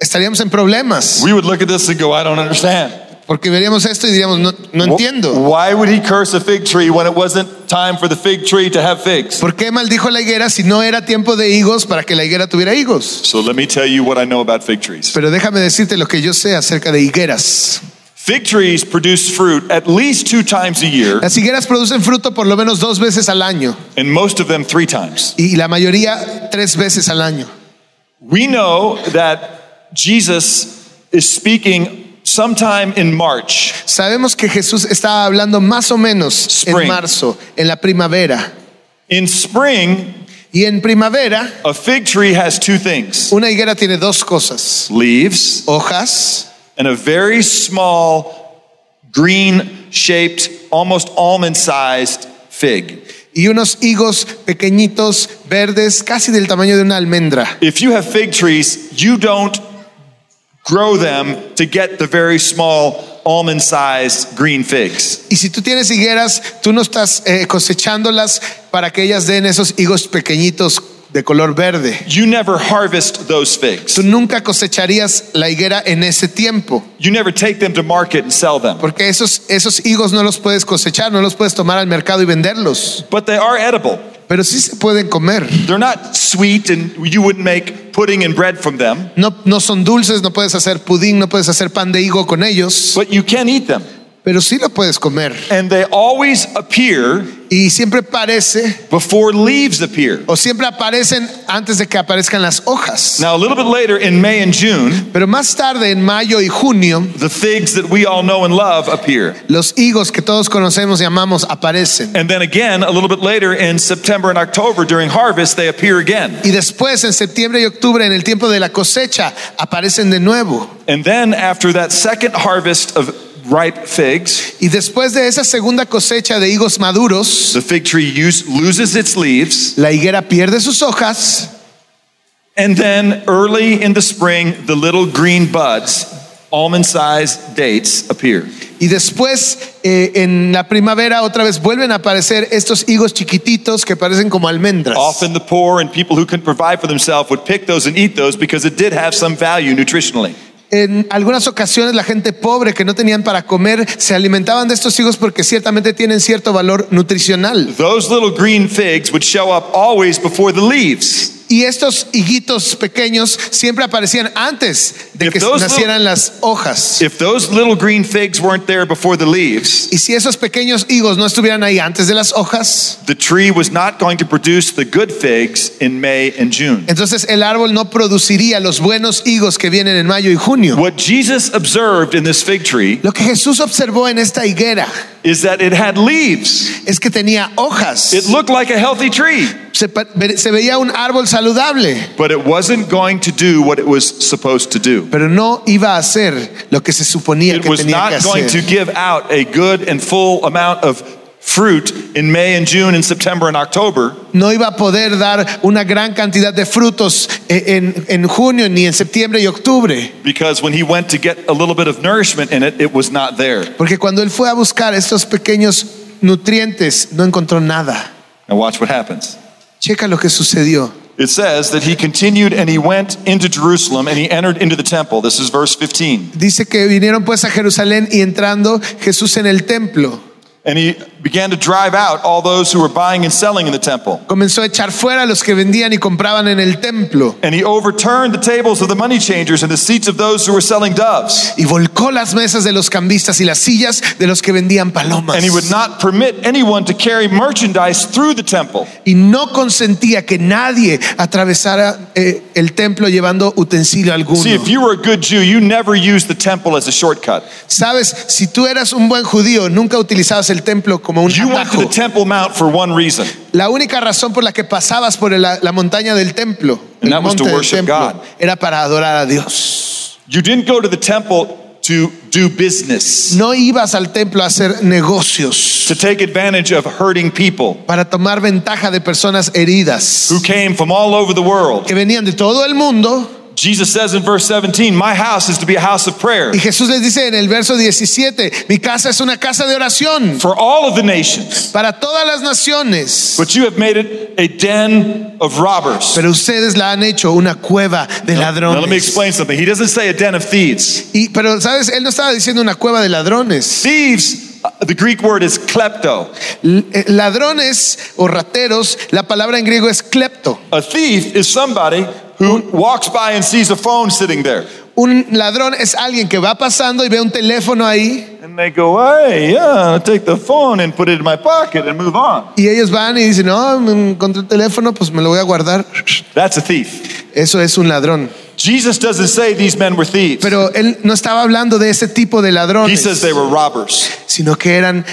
Speaker 2: Estaríamos en problemas.
Speaker 1: We would look at this and go, I don't understand.
Speaker 2: Porque veríamos esto y diríamos, no, no entiendo.
Speaker 1: Why would he curse a fig tree when it wasn't time for the fig tree to have figs?
Speaker 2: ¿Por qué maldijo la higuera si no era tiempo de higos para que la higuera tuviera higos?
Speaker 1: So let me tell you what I know about fig trees.
Speaker 2: Pero déjame decirte lo que yo sé acerca de higueras.
Speaker 1: Fig trees produce fruit at least two times a year,
Speaker 2: Las higueras producen fruto por lo menos dos veces al año
Speaker 1: and most of them three times.
Speaker 2: y la mayoría tres veces al año.
Speaker 1: We know that Jesus is speaking sometime in March.
Speaker 2: Sabemos que Jesús estaba hablando más o menos
Speaker 1: Spring.
Speaker 2: en marzo, en la primavera.
Speaker 1: In spring,
Speaker 2: Y en primavera,
Speaker 1: a fig tree has two things
Speaker 2: una higuera tiene dos cosas,
Speaker 1: leaves
Speaker 2: hojas
Speaker 1: and a very small, green shaped, almost almond sized fig.
Speaker 2: y unos higos pequeñitos, verdes, casi del tamaño de una almendra.
Speaker 1: If you have fig trees, you don't grow them to get the very small, almond sized green figs.
Speaker 2: Y si tú tienes higueras, tú no estás eh, cosechándolas para que ellas den esos higos pequeñitos de color verde.
Speaker 1: You never harvest those figs.
Speaker 2: Tú nunca cosecharías la higuera en ese tiempo,
Speaker 1: You never take them to market and sell them.
Speaker 2: porque esos, esos higos no los puedes cosechar, no los puedes tomar al mercado y venderlos,
Speaker 1: But they are edible.
Speaker 2: pero sí se pueden comer.
Speaker 1: They're not sweet, and you wouldn't make pudding and bread from them,
Speaker 2: No, no son dulces, no puedes hacer pudín, no puedes hacer pan de higo con ellos,
Speaker 1: but you can eat them.
Speaker 2: pero sí lo puedes comer.
Speaker 1: And they always appear
Speaker 2: Y siempre parece,
Speaker 1: before leaves appear.
Speaker 2: o siempre aparecen antes de que aparezcan las hojas.
Speaker 1: Now, a little bit later in May and June,
Speaker 2: Pero más tarde, en mayo y junio,
Speaker 1: the figs that we all know and love appear.
Speaker 2: Los higos que todos conocemos y amamos aparecen.
Speaker 1: And then again, a little bit later in September and October during harvest, they appear again.
Speaker 2: Y después, en septiembre y octubre, en el tiempo de la cosecha, aparecen de nuevo.
Speaker 1: And then after that second harvest of ripe figs,
Speaker 2: Y después de esa segunda cosecha de higos maduros,
Speaker 1: the fig tree use, loses its leaves.
Speaker 2: la higuera pierde sus hojas
Speaker 1: And then early in the spring, the little green buds, almond sized dates, appear.
Speaker 2: y después eh, en la primavera otra vez vuelven a aparecer estos higos chiquititos que parecen como almendras.
Speaker 1: Often the poor and people who couldn't provide for themselves would pick those and eat those because it did have some value nutritionally.
Speaker 2: En algunas ocasiones la gente pobre que no tenían para comer se alimentaban de estos higos porque ciertamente tienen cierto valor nutricional.
Speaker 1: Those little green figs would show up always before the leaves.
Speaker 2: Y estos higuitos pequeños siempre aparecían antes de
Speaker 1: If
Speaker 2: que
Speaker 1: those little-
Speaker 2: nacieran las hojas.
Speaker 1: If those little green figs weren't there before the leaves,
Speaker 2: Y si esos pequeños higos no estuvieran ahí antes de las hojas,
Speaker 1: the tree was not going to produce the good figs in May and June.
Speaker 2: entonces el árbol no produciría los buenos higos que vienen en mayo y junio.
Speaker 1: What Jesus observed in this fig tree
Speaker 2: Lo que Jesús observó en esta higuera
Speaker 1: is that it had leaves.
Speaker 2: es que tenía hojas.
Speaker 1: It looked like a healthy tree,
Speaker 2: Se, pa- ve- se veía un árbol saludable,
Speaker 1: but it wasn't going to do what it was supposed to do.
Speaker 2: pero no iba a hacer lo que se suponía
Speaker 1: It
Speaker 2: que
Speaker 1: was
Speaker 2: tenía que
Speaker 1: not going to
Speaker 2: hacer.
Speaker 1: give out a good and full amount of fruit in May and June and September and October
Speaker 2: No iba a poder dar una gran cantidad de frutos e- en, en junio, ni en septiembre y octubre,
Speaker 1: because when he went to get a little bit of nourishment in it, it was not there.
Speaker 2: porque cuando él fue a buscar estos pequeños nutrientes, no encontró nada.
Speaker 1: Now, watch what happens.
Speaker 2: Checa lo que sucedió.
Speaker 1: It says that he continued and he went into Jerusalem and he entered into the temple. This is verse 15.
Speaker 2: Dice que vinieron pues a Jerusalén y entrando Jesús en el templo
Speaker 1: And he began to drive out all those who were buying and selling in the temple.
Speaker 2: comenzó a echar fuera a los que vendían y compraban en el templo
Speaker 1: And he overturned the tables of the money changers and the seats of those who were selling doves.
Speaker 2: y volcó las mesas de los cambistas y las sillas de los que vendían palomas
Speaker 1: And he would not permit anyone to carry merchandise through the temple.
Speaker 2: y no consentía que nadie atravesara eh, el templo llevando utensilio alguno.
Speaker 1: See, if you were a good Jew, you never used the temple as a shortcut.
Speaker 2: Sabes, si tú eras un buen judío, nunca utilizabas el templo como un
Speaker 1: You went to the
Speaker 2: atajo.
Speaker 1: Temple Mount for one reason,
Speaker 2: La única razón por la que pasabas por la, la montaña del templo,
Speaker 1: And
Speaker 2: el
Speaker 1: that was to
Speaker 2: monte del
Speaker 1: worship
Speaker 2: templo,
Speaker 1: God.
Speaker 2: era para adorar a Dios.
Speaker 1: you didn't go to the temple to do business,
Speaker 2: No ibas al templo a hacer negocios
Speaker 1: to take advantage of hurting people
Speaker 2: para tomar ventaja de personas heridas
Speaker 1: who came from all over the world.
Speaker 2: que venían de todo el mundo.
Speaker 1: Jesus says in verse 17, My house is to be a house of prayer
Speaker 2: Y Jesús les dice en el verso 17, mi casa es una casa de oración
Speaker 1: for all of the nations,
Speaker 2: para todas las naciones.
Speaker 1: but you have made it a den of robbers.
Speaker 2: Pero ustedes la han hecho una cueva de
Speaker 1: Now, let me
Speaker 2: ladrones.
Speaker 1: explain something. He doesn't say a den of thieves.
Speaker 2: Y, pero, ¿sabes? Él no estaba diciendo una cueva de ladrones.
Speaker 1: Thieves, uh, the Greek word is klepto.
Speaker 2: L- eh, Ladrones o rateros, la palabra en griego es klepto.
Speaker 1: A thief is somebody who walks by and sees a phone sitting there.
Speaker 2: Un ladrón es alguien que va pasando y ve un teléfono ahí
Speaker 1: And they go, hey, yeah, I'll take the phone and put it in my pocket and move on.
Speaker 2: Y ellos van y dicen, no, me encontré el teléfono, pues me lo voy a guardar.
Speaker 1: That's a thief.
Speaker 2: Eso es un ladrón.
Speaker 1: Jesus doesn't say these men were thieves.
Speaker 2: Pero él no estaba hablando de ese tipo de
Speaker 1: He
Speaker 2: ladrones,
Speaker 1: says they were robbers.
Speaker 2: sino que eran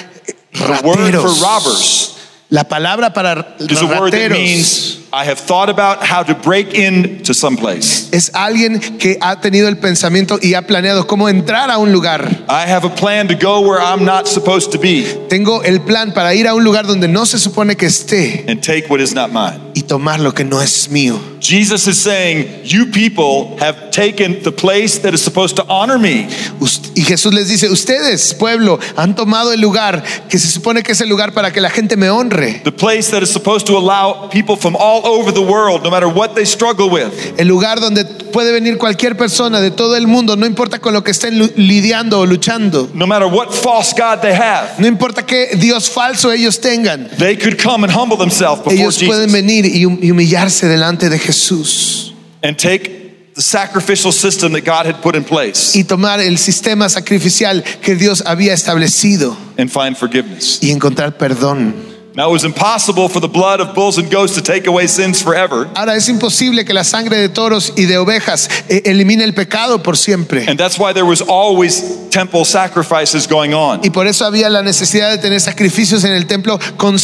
Speaker 1: The word for
Speaker 2: rateros.
Speaker 1: robbers
Speaker 2: La palabra para
Speaker 1: is a word that
Speaker 2: rateros
Speaker 1: means I have thought about how to break into someplace.
Speaker 2: es alguien que ha tenido el pensamiento y ha planeado cómo entrar a un lugar.
Speaker 1: I have a plan to go where I'm not supposed to be
Speaker 2: Tengo el plan para ir a un lugar donde no se supone que esté
Speaker 1: and take what is not mine.
Speaker 2: y tomar lo que no es mío.
Speaker 1: Jesus is saying, You people have taken the place that is supposed to honor me.
Speaker 2: Ust- Y Jesús les dice, ustedes, pueblo, han tomado el lugar que se supone que es el lugar para que la gente me honre.
Speaker 1: The place that is supposed to allow people from all over the world, no matter what they struggle with,
Speaker 2: El lugar donde puede venir cualquier persona de todo el mundo, no importa con lo que estén lu- lidiando o luchando,
Speaker 1: no matter what false God they have,
Speaker 2: no importa qué Dios falso ellos tengan,
Speaker 1: they could come and humble themselves before
Speaker 2: ellos pueden
Speaker 1: Jesus
Speaker 2: venir y hum- y humillarse delante de Jesús
Speaker 1: and take the sacrificial system that God had put in place
Speaker 2: y tomar el sistema sacrificial que Dios había establecido
Speaker 1: and find forgiveness.
Speaker 2: y encontrar perdón.
Speaker 1: Now, it was impossible for the blood of bulls and goats to take away sins forever.
Speaker 2: Ahora es imposible que la sangre de toros y de ovejas eh, elimine el pecado por siempre.
Speaker 1: And that's why there was always temple sacrifices going on.
Speaker 2: Y por eso había la necesidad de tener sacrificios en el templo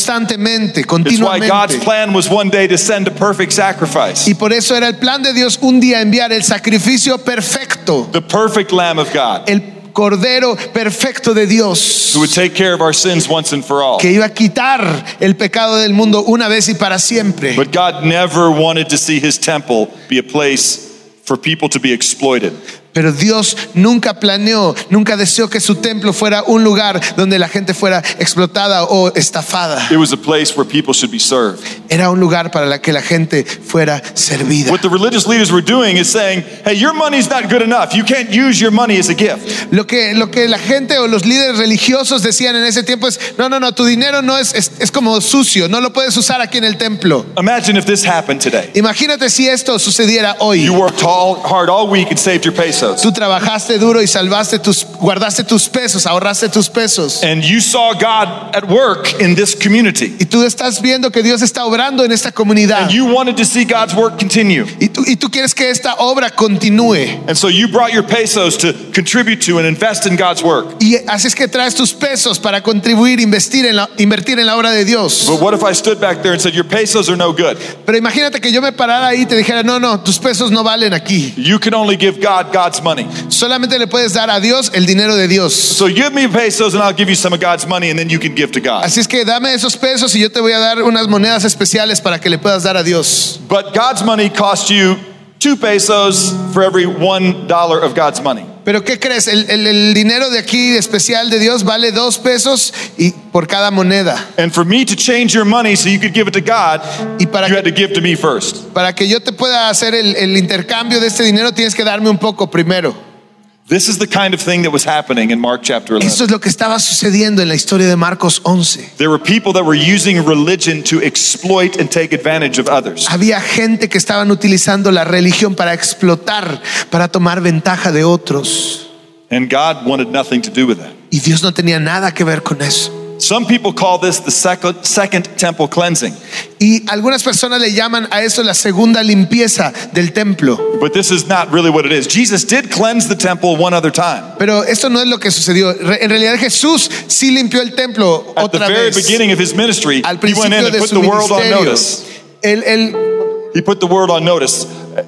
Speaker 2: constantemente,
Speaker 1: It's why God's
Speaker 2: continuamente.
Speaker 1: plan was one day to send a perfect sacrifice.
Speaker 2: Y por eso era el plan de Dios un día enviar el sacrificio perfecto,
Speaker 1: the perfect Lamb of God
Speaker 2: el cordero perfecto de Dios,
Speaker 1: who would take care of our sins once and for all.
Speaker 2: que iba a quitar el pecado del mundo una vez y para siempre.
Speaker 1: But God never wanted to see his temple be a place for people to be exploited.
Speaker 2: Pero Dios nunca planeó, nunca deseó que su templo fuera un lugar donde la gente fuera explotada o estafada.
Speaker 1: It was a place where people should be served.
Speaker 2: Era un lugar para la que la gente fuera servida.
Speaker 1: What the religious leaders were doing is saying, hey, your money's not good enough. You can't use your money as a gift.
Speaker 2: Lo que, lo que la gente o los líderes religiosos decían en ese tiempo es, no, no, no, tu dinero no es, es, es como sucio, no lo puedes usar aquí en el templo.
Speaker 1: Imagine if this happened today.
Speaker 2: Imagínate si esto sucediera hoy.
Speaker 1: You worked all, hard all week and saved your pesos.
Speaker 2: Tú trabajaste duro y salvaste tus, guardaste tus pesos, ahorraste tus pesos.
Speaker 1: And you saw God at work in this community.
Speaker 2: Y tú estás viendo que Dios está obrando en esta comunidad.
Speaker 1: And you wanted to see God's work continue.
Speaker 2: Y tú, y tú quieres que esta obra continúe.
Speaker 1: And so you brought your pesos to contribute to and invest in God's work.
Speaker 2: Y así es que traes tus pesos para contribuir, investir en la, invertir en la obra de Dios.
Speaker 1: But what if I stood back there and said, Your pesos are no good?
Speaker 2: Pero imagínate que yo me parara ahí y te dijera, no, no, tus pesos no valen aquí.
Speaker 1: You can only give God God's money.
Speaker 2: Solamente le puedes dar a Dios el dinero de Dios.
Speaker 1: So give me pesos and I'll give you some of God's money and then you can give to God.
Speaker 2: Así es que dame esos pesos y yo te voy a dar unas monedas especiales para que le puedas dar a Dios.
Speaker 1: But God's money costs you two pesos for every one dollar of God's money.
Speaker 2: Pero ¿qué crees? El, el- el dinero de aquí especial de Dios vale dos pesos y por cada moneda.
Speaker 1: And for me to change your money so you could give it to God,
Speaker 2: Y para
Speaker 1: you had
Speaker 2: que,
Speaker 1: to give to me first.
Speaker 2: para que yo te pueda hacer el, el intercambio de este dinero tienes que darme un poco primero.
Speaker 1: This is the kind of thing that was happening in Mark chapter 11.
Speaker 2: Esto es lo que estaba sucediendo en la historia de Marcos 11.
Speaker 1: There were people that were using religion to exploit and take advantage of others.
Speaker 2: Había gente que estaban utilizando la religión para explotar, para tomar ventaja de otros.
Speaker 1: And God wanted nothing to do with that.
Speaker 2: Y Dios no tenía nada que ver con eso.
Speaker 1: Some people call this the second, second temple cleansing,
Speaker 2: Y algunas personas le llaman a eso la segunda limpieza del templo.
Speaker 1: but this is not really what it is. Jesus did cleanse the temple one other time.
Speaker 2: Pero esto no es lo que sucedió. Re- En realidad Jesús sí limpió el templo
Speaker 1: At the
Speaker 2: otra
Speaker 1: very
Speaker 2: vez.
Speaker 1: beginning of his ministry,
Speaker 2: Al
Speaker 1: he went in
Speaker 2: principio
Speaker 1: and
Speaker 2: de
Speaker 1: put
Speaker 2: su
Speaker 1: the world on
Speaker 2: ministerio.
Speaker 1: notice.
Speaker 2: Él, él-
Speaker 1: He put the word on notice.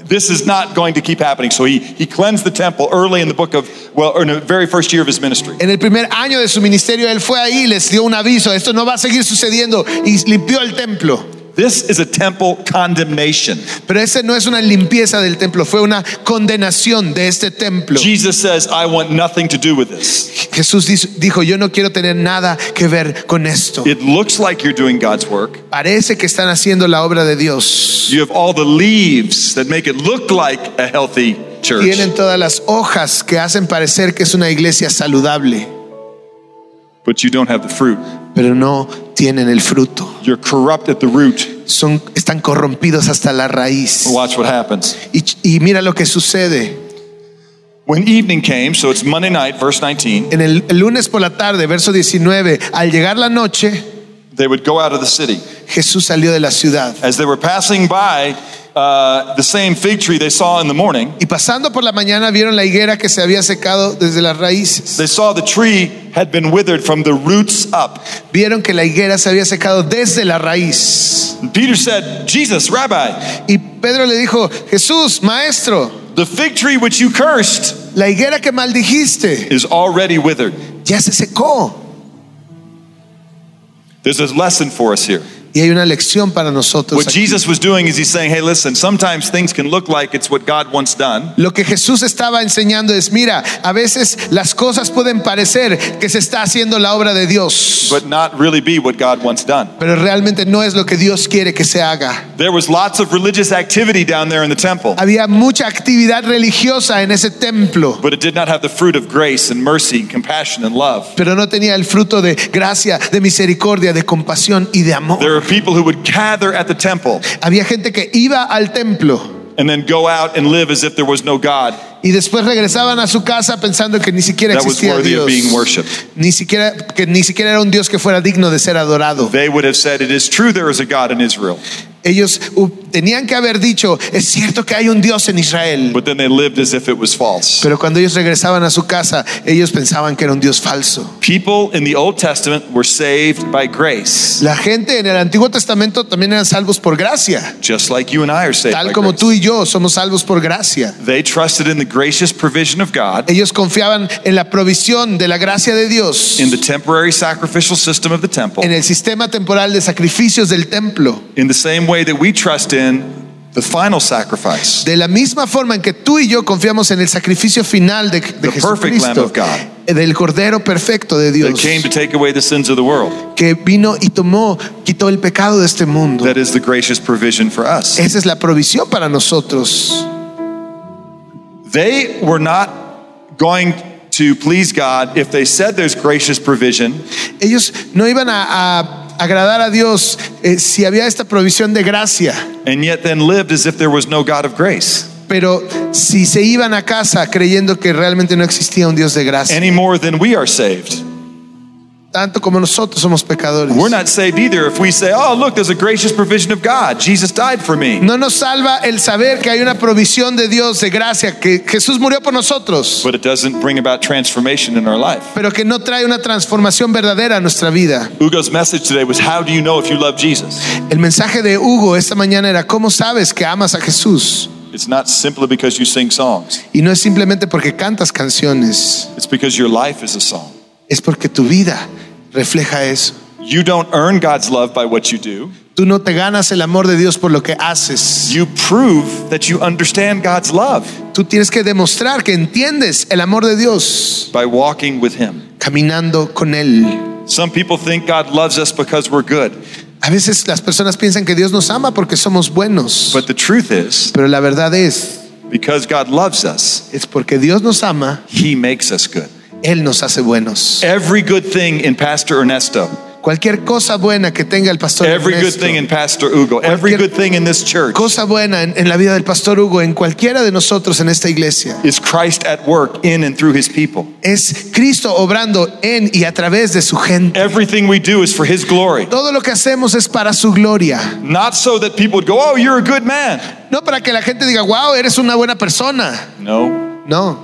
Speaker 1: This is not going to keep happening. So he, he cleansed the temple early in the book of, well, or in the very first year of his ministry.
Speaker 2: en el primer año de su ministerio, él fue ahí y les dio un aviso. Esto no va a seguir sucediendo. Y limpió el templo.
Speaker 1: This is a temple condemnation.
Speaker 2: Pero ese no es una limpieza del templo, fue una condenación de este templo.
Speaker 1: Jesus says, I want nothing to do with this.
Speaker 2: Jesús dis- dijo, yo no quiero tener nada que ver con esto.
Speaker 1: It looks like you're doing God's work.
Speaker 2: Parece que están haciendo la obra de Dios.
Speaker 1: You have all the leaves that make it look like a healthy church.
Speaker 2: Tienen todas las hojas que hacen parecer que es una iglesia saludable,
Speaker 1: but you don't have the fruit.
Speaker 2: pero no tienen el fruto.
Speaker 1: You're corrupt at the root.
Speaker 2: Son, están corrompidos hasta la raíz.
Speaker 1: Watch what happens.
Speaker 2: Y, ch- y mira lo que sucede.
Speaker 1: When evening came, so it's Monday night, verse 19,
Speaker 2: En el, el lunes por la tarde, verso 19, al llegar la noche,
Speaker 1: they would go out of the city.
Speaker 2: Jesús salió de la ciudad.
Speaker 1: As they were passing by uh, the same fig tree they saw in the morning,
Speaker 2: Y pasando por la mañana vieron la higuera que se había secado desde las raíces.
Speaker 1: they saw the tree had been withered from the roots up.
Speaker 2: Vieron que la higuera se había secado desde la raíz.
Speaker 1: And Peter said, Jesus, Rabbi,
Speaker 2: Y Pedro le dijo, Jesús, maestro,
Speaker 1: the fig tree which you cursed
Speaker 2: la higuera que maldijiste
Speaker 1: is already withered.
Speaker 2: ya se secó.
Speaker 1: There's a lesson for us here.
Speaker 2: Y hay una lección para nosotros.
Speaker 1: What
Speaker 2: aquí.
Speaker 1: Jesus was doing is he's saying, hey, listen, sometimes things can look like it's what God wants done,
Speaker 2: Lo que Jesús estaba enseñando es, mira, a veces las cosas pueden parecer que se está haciendo la obra de Dios,
Speaker 1: but not really be what God wants done.
Speaker 2: pero realmente no es lo que Dios quiere que se haga.
Speaker 1: There was lots of religious activity down there in the temple,
Speaker 2: Había mucha actividad religiosa en ese templo.
Speaker 1: but it did not have the fruit of grace and mercy and compassion and love.
Speaker 2: pero no tenía el fruto de gracia, de misericordia, de compasión y de amor.
Speaker 1: There were people who would gather at the temple
Speaker 2: Había gente que iba al templo
Speaker 1: and then go out and live as if there was no God.
Speaker 2: y después regresaban a su casa pensando que ni siquiera
Speaker 1: That was
Speaker 2: existía
Speaker 1: worthy of
Speaker 2: Dios,
Speaker 1: being worshipped.
Speaker 2: ni siquiera que ni siquiera era un Dios que fuera digno de ser adorado.
Speaker 1: They would have said, It is true there is a God in Israel,
Speaker 2: Ellos uh, tenían que haber dicho, es cierto que hay un Dios en Israel,
Speaker 1: but then they lived as if it was false.
Speaker 2: pero cuando ellos regresaban a su casa, ellos pensaban que era un Dios falso.
Speaker 1: People in the Old Testament were saved by grace,
Speaker 2: La gente en el Antiguo Testamento también eran salvos por gracia,
Speaker 1: just like you and I are saved.
Speaker 2: tal
Speaker 1: by
Speaker 2: como
Speaker 1: grace.
Speaker 2: tú y yo somos salvos por gracia.
Speaker 1: They trusted in the gracious provision of God.
Speaker 2: Ellos confiaban en la provisión de la gracia de Dios,
Speaker 1: In the temporary sacrificial system of the temple,
Speaker 2: en el sistema temporal de sacrificios del templo,
Speaker 1: in the same way that we trust in the final sacrifice,
Speaker 2: De la misma forma en que tú y yo confiamos en el sacrificio final de, de
Speaker 1: perfect Lamb
Speaker 2: Jesucristo,
Speaker 1: of God.
Speaker 2: del Cordero perfecto de
Speaker 1: that
Speaker 2: Dios,
Speaker 1: came to take away the sins of the world.
Speaker 2: que vino y tomó, quitó el pecado de este mundo.
Speaker 1: That is the gracious provision for us.
Speaker 2: Esa es la provisión para nosotros.
Speaker 1: They were not going to please God if they said there's gracious provision
Speaker 2: Ellos no iban a, a agradar a Dios eh, si había esta provisión de gracia.
Speaker 1: and yet then lived as if there was no God of grace.
Speaker 2: Pero si se iban a casa creyendo que realmente no existía un Dios de gracia,
Speaker 1: Any more than we are saved.
Speaker 2: tanto como nosotros somos pecadores,
Speaker 1: We're not saved either if we say, oh, look, there's a gracious provision of God. Jesus died for me.
Speaker 2: no nos salva el saber que hay una provisión de Dios de gracia, que Jesús murió por nosotros,
Speaker 1: But it doesn't bring about transformation in our life.
Speaker 2: pero que no trae una transformación verdadera a nuestra vida.
Speaker 1: Hugo's message today was, how do you know if you love Jesus?
Speaker 2: El mensaje de Hugo esta mañana era, ¿cómo sabes que amas a Jesús?
Speaker 1: It's not simply because you sing songs,
Speaker 2: Y no es simplemente porque cantas canciones,
Speaker 1: it's because your life is a song.
Speaker 2: es porque tu vida refleja eso.
Speaker 1: You don't earn God's love by what you do.
Speaker 2: Tú no te ganas el amor de Dios por lo que haces.
Speaker 1: You prove that you understand God's love
Speaker 2: Tú tienes que demostrar que entiendes el amor de Dios
Speaker 1: by walking with Him.
Speaker 2: caminando con Él.
Speaker 1: Some people think God loves us because we're good,
Speaker 2: A veces las personas piensan que Dios nos ama porque somos buenos,
Speaker 1: but the truth is,
Speaker 2: pero la verdad es,
Speaker 1: because God loves us,
Speaker 2: es porque Dios nos ama,
Speaker 1: He makes us good.
Speaker 2: Él nos hace buenos.
Speaker 1: Every good thing in Pastor Ernesto,
Speaker 2: Cualquier cosa buena que tenga el pastor
Speaker 1: every good
Speaker 2: Ernesto,
Speaker 1: thing in Pastor Hugo, every good thing in this church
Speaker 2: cosa buena en, en la vida del pastor Hugo, en cualquiera de nosotros en esta iglesia,
Speaker 1: is Christ at work in and through His people.
Speaker 2: es Cristo obrando en y a través de su gente.
Speaker 1: Everything we do is for His glory.
Speaker 2: Todo lo que hacemos es para su gloria,
Speaker 1: Not so that people would go, oh, you're a good man.
Speaker 2: no para que la gente diga, wow, eres una buena persona.
Speaker 1: No,
Speaker 2: No,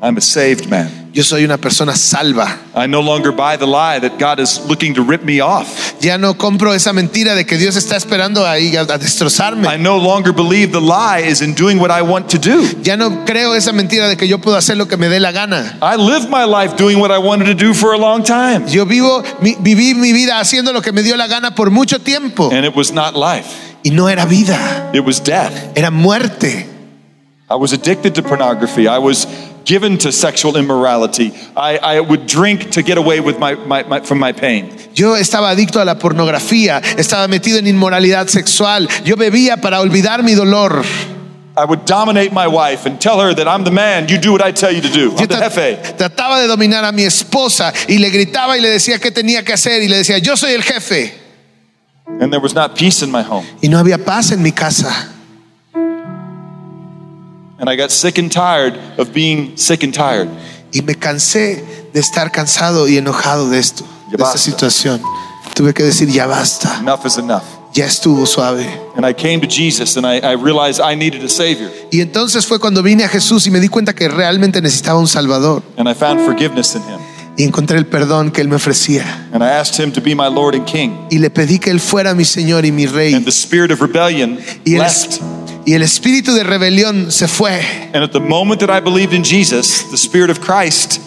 Speaker 1: I'm a saved man.
Speaker 2: Yo soy una persona salva.
Speaker 1: I no longer buy the lie that God is looking to rip me off.
Speaker 2: Ya no compro esa mentira de que Dios está esperando ahí a, a
Speaker 1: I
Speaker 2: destrozarme.
Speaker 1: no longer believe the lie is in doing what I want to do.
Speaker 2: Ya no creo esa mentira de que yo puedo hacer lo que me dé la gana.
Speaker 1: I lived my life doing what I wanted to do for a long time,
Speaker 2: Yo vivo, mi- viví mi vida haciendo lo que me dio la gana por mucho tiempo
Speaker 1: and it was not life,
Speaker 2: y no era vida,
Speaker 1: it was death.
Speaker 2: era muerte.
Speaker 1: I was addicted to pornography, I was given to sexual immorality, I, I would drink to get away with my, my, my, from my pain.
Speaker 2: Yo estaba adicto a la pornografía, estaba metido en inmoralidad sexual, yo bebía para olvidar mi dolor.
Speaker 1: I would dominate my wife and tell her that I'm the man, you do what I tell you to do. I'm
Speaker 2: Yo
Speaker 1: the
Speaker 2: tra-
Speaker 1: jefe.
Speaker 2: trataba de dominar a mi esposa y le gritaba y le decía qué tenía que hacer y le decía, yo soy el jefe.
Speaker 1: And there was not peace in my home.
Speaker 2: Y no había paz en mi casa.
Speaker 1: And I got sick and tired of being sick and tired.
Speaker 2: Y me cansé de estar cansado y enojado de esto,
Speaker 1: Ya
Speaker 2: de esta
Speaker 1: basta.
Speaker 2: situación. Tuve que decir, ya basta,
Speaker 1: Enough is enough.
Speaker 2: ya estuvo suave.
Speaker 1: And I came to Jesus and I, I realized I needed a Savior.
Speaker 2: Y entonces fue cuando vine a Jesús y me di cuenta que realmente necesitaba un Salvador.
Speaker 1: And I found forgiveness in Him.
Speaker 2: Y encontré el perdón que Él me ofrecía.
Speaker 1: And I asked Him to be my Lord and King.
Speaker 2: Y le pedí que Él fuera mi Señor y mi
Speaker 1: And
Speaker 2: Rey.
Speaker 1: the spirit of rebellion
Speaker 2: Y el,
Speaker 1: left.
Speaker 2: y el espíritu de rebelión se fue.
Speaker 1: And at the moment that I believed in Jesus, the Spirit of Christ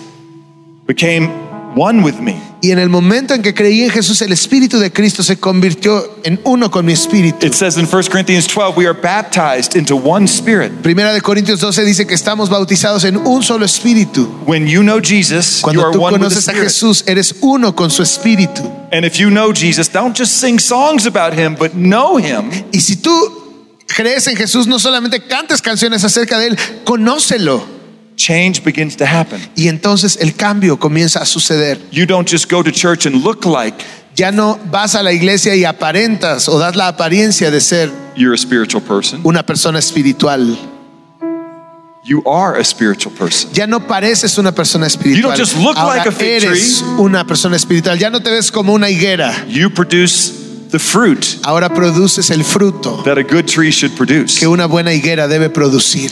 Speaker 1: became one with me.
Speaker 2: Y en el momento en que creí en Jesús, el espíritu de Cristo se convirtió en uno con mi espíritu.
Speaker 1: It says in 1 Corinthians 12, we are baptized into one spirit.
Speaker 2: Primera de Corintios 12 dice que estamos bautizados en un solo espíritu.
Speaker 1: When you know Jesus, you
Speaker 2: Cuando
Speaker 1: are
Speaker 2: tú
Speaker 1: one with the
Speaker 2: conoces a
Speaker 1: Spirit.
Speaker 2: Jesús, eres uno con su espíritu.
Speaker 1: And if you know Jesus, don't just sing songs about him, but know him
Speaker 2: Y si tú crees en Jesús, no solamente cantes canciones acerca de Él, conócelo.
Speaker 1: change begins to happen.
Speaker 2: Y entonces el cambio comienza a suceder.
Speaker 1: You don't just go to church and look like
Speaker 2: Ya no vas a la iglesia y aparentas o das la apariencia de ser
Speaker 1: you're a spiritual person.
Speaker 2: una persona espiritual.
Speaker 1: You are a spiritual person.
Speaker 2: Ya no pareces una persona espiritual.
Speaker 1: You don't just look
Speaker 2: Ahora
Speaker 1: like a fig tree.
Speaker 2: eres una persona espiritual. Ya no te ves como una higuera.
Speaker 1: You produce the fruit
Speaker 2: Ahora produces el fruto
Speaker 1: that a good tree should produce.
Speaker 2: que una buena higuera debe producir.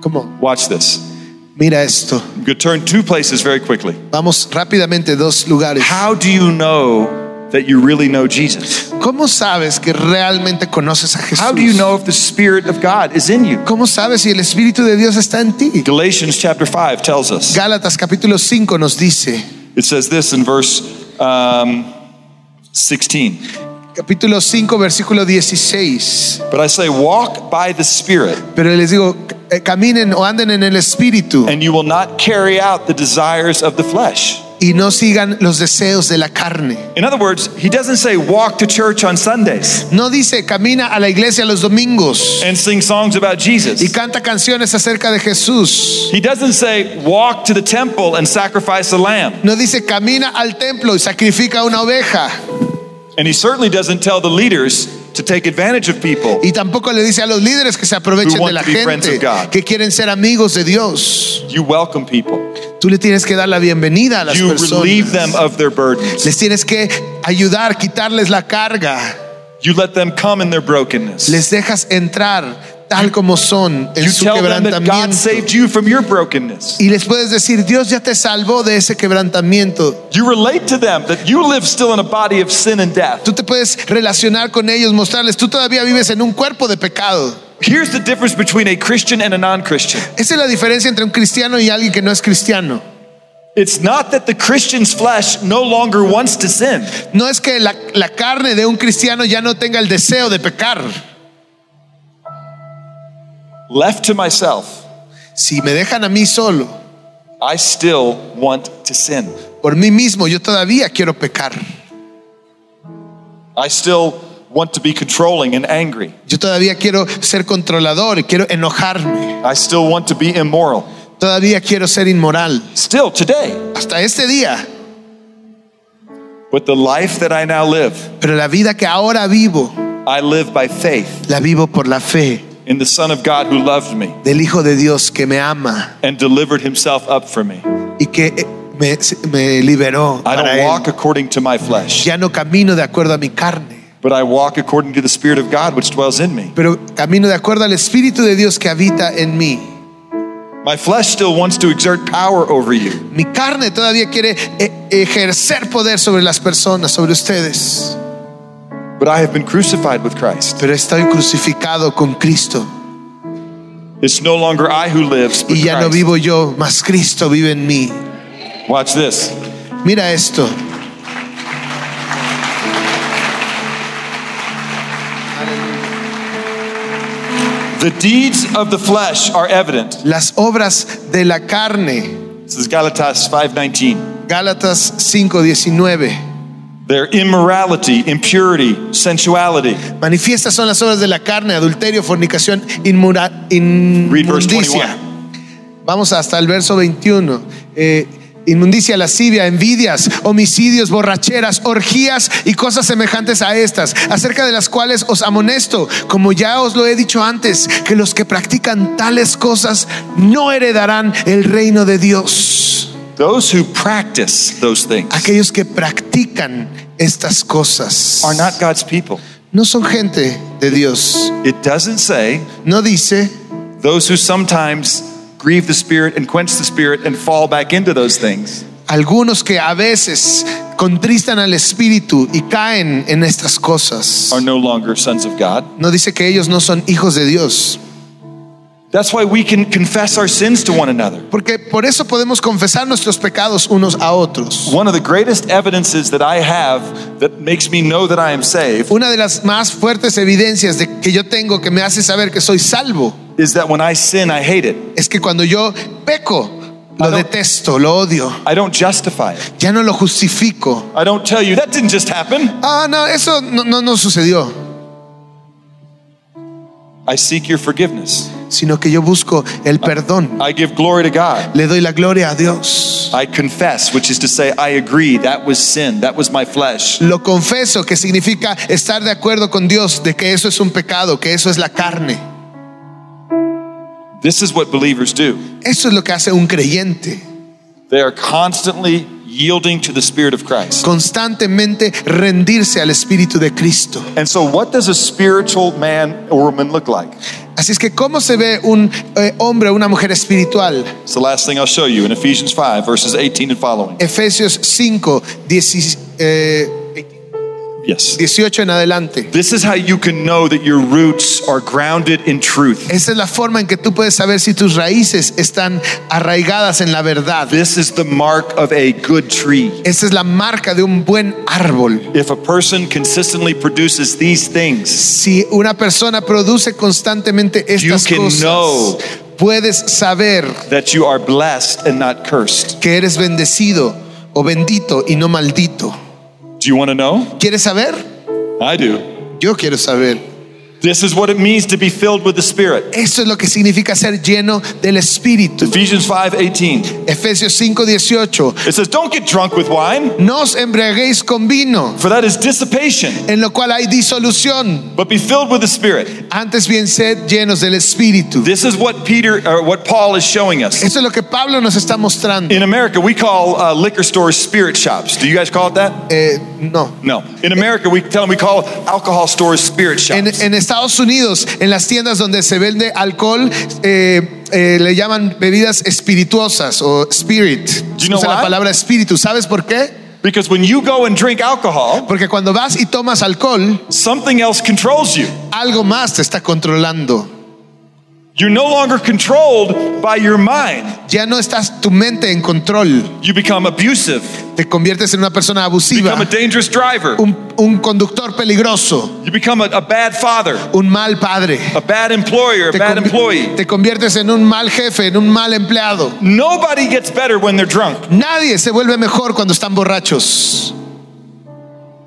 Speaker 2: ¿Cómo?
Speaker 1: Watch this.
Speaker 2: Mira esto.
Speaker 1: You could turn two places very quickly.
Speaker 2: Vamos rápidamente dos lugares.
Speaker 1: How do you know that you really know Jesus?
Speaker 2: ¿Cómo sabes que realmente conoces a Jesús?
Speaker 1: How do you know if the Spirit of God is in you?
Speaker 2: ¿Cómo sabes si el Espíritu de Dios está en ti?
Speaker 1: Galatians chapter 5 tells us.
Speaker 2: Gálatas capítulo 5 nos dice,
Speaker 1: It says this in verse um, 16.
Speaker 2: capítulo 5, versículo 16.
Speaker 1: But I say, walk by the Spirit,
Speaker 2: Pero les digo, eh, caminen o anden en el espíritu
Speaker 1: and you will not carry out the desires of the flesh.
Speaker 2: y no sigan los deseos de la carne.
Speaker 1: In other words, he doesn't say, walk to church on Sundays
Speaker 2: No dice, camina a la iglesia los domingos
Speaker 1: and sing songs about
Speaker 2: y
Speaker 1: Jesus.
Speaker 2: canta canciones acerca de Jesús.
Speaker 1: He doesn't say, walk to the temple and sacrifice a lamb.
Speaker 2: No dice, camina al templo y sacrifica una oveja.
Speaker 1: And he certainly doesn't tell the leaders to take advantage of people.
Speaker 2: Y tampoco le dice a los líderes que se
Speaker 1: Who
Speaker 2: aprovechen
Speaker 1: want
Speaker 2: de la
Speaker 1: to be friends
Speaker 2: gente,
Speaker 1: of God.
Speaker 2: que quieren ser amigos de Dios.
Speaker 1: You welcome people,
Speaker 2: Tú le tienes que dar la bienvenida a las
Speaker 1: you relieve
Speaker 2: personas.
Speaker 1: them of their burdens,
Speaker 2: Les tienes que ayudar, quitarles la carga.
Speaker 1: you let them come in their brokenness.
Speaker 2: Les dejas entrar tal como son en
Speaker 1: You
Speaker 2: su
Speaker 1: tell them that God
Speaker 2: quebrantamiento.
Speaker 1: saved you from your brokenness.
Speaker 2: Y les puedes decir, Dios ya te salvó de ese quebrantamiento.
Speaker 1: You relate to them that you live still in a body of sin and death.
Speaker 2: Tú te puedes relacionar con ellos, mostrarles, tú todavía vives en un cuerpo de pecado.
Speaker 1: Here's the difference between a Christian and a non Christian
Speaker 2: Esa es la diferencia entre un cristiano y alguien que no es cristiano.
Speaker 1: it's not that the Christian's flesh no longer wants to sin,
Speaker 2: No es que la, la carne de un cristiano ya no tenga el deseo de pecar.
Speaker 1: left to myself.
Speaker 2: Si me dejan a mí solo,
Speaker 1: I still want to sin.
Speaker 2: por mí mismo, yo todavía quiero pecar.
Speaker 1: I still want to be controlling and angry.
Speaker 2: Yo todavía quiero ser controlador y quiero enojarme.
Speaker 1: I still want to be immoral.
Speaker 2: Todavía quiero ser inmoral.
Speaker 1: Still today.
Speaker 2: Hasta este día.
Speaker 1: But the life that I now live,
Speaker 2: Pero la vida que ahora vivo,
Speaker 1: I live by faith
Speaker 2: la vivo por la fe
Speaker 1: in the Son of God who loved me
Speaker 2: del Hijo de Dios que me ama
Speaker 1: and delivered himself up for me.
Speaker 2: y que eh, me, me liberó.
Speaker 1: I
Speaker 2: para
Speaker 1: don't
Speaker 2: él.
Speaker 1: walk according to my flesh,
Speaker 2: Ya no camino de acuerdo a mi carne,
Speaker 1: but I walk according to the Spirit of God which dwells in me.
Speaker 2: pero camino de acuerdo al Espíritu de Dios que habita en mí.
Speaker 1: My flesh still wants to exert power over you,
Speaker 2: Mi carne todavía quiere eh, ejercer poder sobre las personas, sobre ustedes.
Speaker 1: but I have been crucified with Christ.
Speaker 2: Pero estoy crucificado con Cristo.
Speaker 1: It's no longer I who lives, but
Speaker 2: Y ya no
Speaker 1: Christ.
Speaker 2: vivo yo, mas Cristo vive en mí.
Speaker 1: Watch this.
Speaker 2: Mira esto.
Speaker 1: The deeds of the flesh are evident.
Speaker 2: Las obras de la carne.
Speaker 1: This is Galatas 5:19.
Speaker 2: Gálatas 5:19.
Speaker 1: Their immorality, impurity, sensuality.
Speaker 2: Manifiestas son las obras de la carne, adulterio, fornicación, inmura-
Speaker 1: Read verse
Speaker 2: inmundicia.
Speaker 1: 21.
Speaker 2: Vamos hasta el verso 21. Eh, inmundicia, lascivia, envidias, homicidios, borracheras, orgías y cosas semejantes a estas, acerca de las cuales os amonesto, como ya os lo he dicho antes, que los que practican tales cosas no heredarán el reino de Dios.
Speaker 1: Those who practice those things
Speaker 2: Aquellos que practican estas cosas
Speaker 1: are not God's people.
Speaker 2: no son gente de Dios.
Speaker 1: It doesn't say
Speaker 2: No dice
Speaker 1: those who sometimes grieve the Spirit and quench the Spirit and fall back into those things.
Speaker 2: algunos que a veces contristan al espíritu y caen en estas cosas.
Speaker 1: are no longer sons of God.
Speaker 2: No dice que ellos no son hijos de Dios.
Speaker 1: That's why we can confess our sins to one another.
Speaker 2: Porque por eso podemos confesar nuestros pecados unos a otros.
Speaker 1: One of the greatest evidences that I have that makes me know that I am saved
Speaker 2: Una de las más fuertes evidencias de que yo tengo que me hace saber que soy salvo
Speaker 1: is that when I sin, I hate it.
Speaker 2: es que cuando yo peco, lo
Speaker 1: Claro.
Speaker 2: detesto, lo odio,
Speaker 1: I don't justify it.
Speaker 2: ya no lo justifico.
Speaker 1: I don't tell you that didn't just happen.
Speaker 2: Ah, no, eso no, no, no sucedió,
Speaker 1: I seek your forgiveness.
Speaker 2: sino que yo busco el perdón.
Speaker 1: I give glory to God.
Speaker 2: Le doy la gloria a Dios.
Speaker 1: I confess, which is to say, I agree that was sin, that was my flesh.
Speaker 2: Lo confeso, que significa estar de acuerdo con Dios de que eso es un pecado, que eso es la carne.
Speaker 1: This is what believers do.
Speaker 2: Eso es lo que hace un creyente.
Speaker 1: They are constantly yielding to the Spirit of Christ.
Speaker 2: constantemente rendirse al Espíritu de Cristo.
Speaker 1: And so, what does a spiritual man or woman look like?
Speaker 2: Así es que, ¿cómo se ve un eh, hombre o una mujer espiritual?
Speaker 1: It's the last thing I'll show you in Ephesians 5, verses 18 and following.
Speaker 2: Efesios 5, 10, eh,
Speaker 1: Yes.
Speaker 2: 18 en adelante.
Speaker 1: This is how you can know that your roots are grounded in truth.
Speaker 2: Esa es la forma en que tú puedes saber si tus raíces están arraigadas en la verdad.
Speaker 1: This is the mark of a good tree.
Speaker 2: Esa es la marca de un buen árbol.
Speaker 1: If a person consistently produces these things,
Speaker 2: Si una persona produce constantemente estas
Speaker 1: You can
Speaker 2: cosas,
Speaker 1: know.
Speaker 2: puedes saber
Speaker 1: that you are blessed and not cursed.
Speaker 2: que eres bendecido o bendito y no maldito.
Speaker 1: Do you want to know?
Speaker 2: ¿Quieres saber?
Speaker 1: I do.
Speaker 2: Yo quiero saber.
Speaker 1: This is what it means to be filled with the Spirit.
Speaker 2: Eso es lo que significa ser lleno del Espíritu.
Speaker 1: Ephesians 5:18.
Speaker 2: Efesios 5:18.
Speaker 1: It says, "Don't get drunk with wine,
Speaker 2: No os embriaguéis con vino,
Speaker 1: for that is dissipation,
Speaker 2: en lo cual hay disolución.
Speaker 1: but be filled with the Spirit."
Speaker 2: Antes bien sed llenos del Espíritu.
Speaker 1: This is what Peter or what Paul is showing us.
Speaker 2: Eso es lo que Pablo nos está mostrando.
Speaker 1: In America, we call uh, liquor stores spirit shops. Do you guys call it that?
Speaker 2: Eh, no.
Speaker 1: No. In America, we tell them we call alcohol stores spirit
Speaker 2: En,
Speaker 1: shops.
Speaker 2: en Estados Unidos, en las tiendas donde se vende alcohol, eh, eh, le llaman bebidas espirituosas o spirit.
Speaker 1: you know
Speaker 2: Usa la
Speaker 1: why?
Speaker 2: palabra espíritu. ¿Sabes por qué?
Speaker 1: Because when you go and drink alcohol,
Speaker 2: Porque cuando vas y tomas alcohol,
Speaker 1: something else controls you.
Speaker 2: algo más te está controlando.
Speaker 1: You're no longer controlled by your mind.
Speaker 2: Ya no estás tu mente en control.
Speaker 1: You become abusive,
Speaker 2: Te conviertes en una persona
Speaker 1: you become
Speaker 2: abusiva,
Speaker 1: a dangerous driver,
Speaker 2: un- un conductor peligroso.
Speaker 1: you become a, a bad father,
Speaker 2: un mal padre.
Speaker 1: a bad employer, a
Speaker 2: Te,
Speaker 1: bad
Speaker 2: convi-
Speaker 1: employee.
Speaker 2: te conviertes en un mal jefe, en un mal empleado.
Speaker 1: Nobody gets better when they're drunk.
Speaker 2: Nadie se vuelve mejor cuando están borrachos.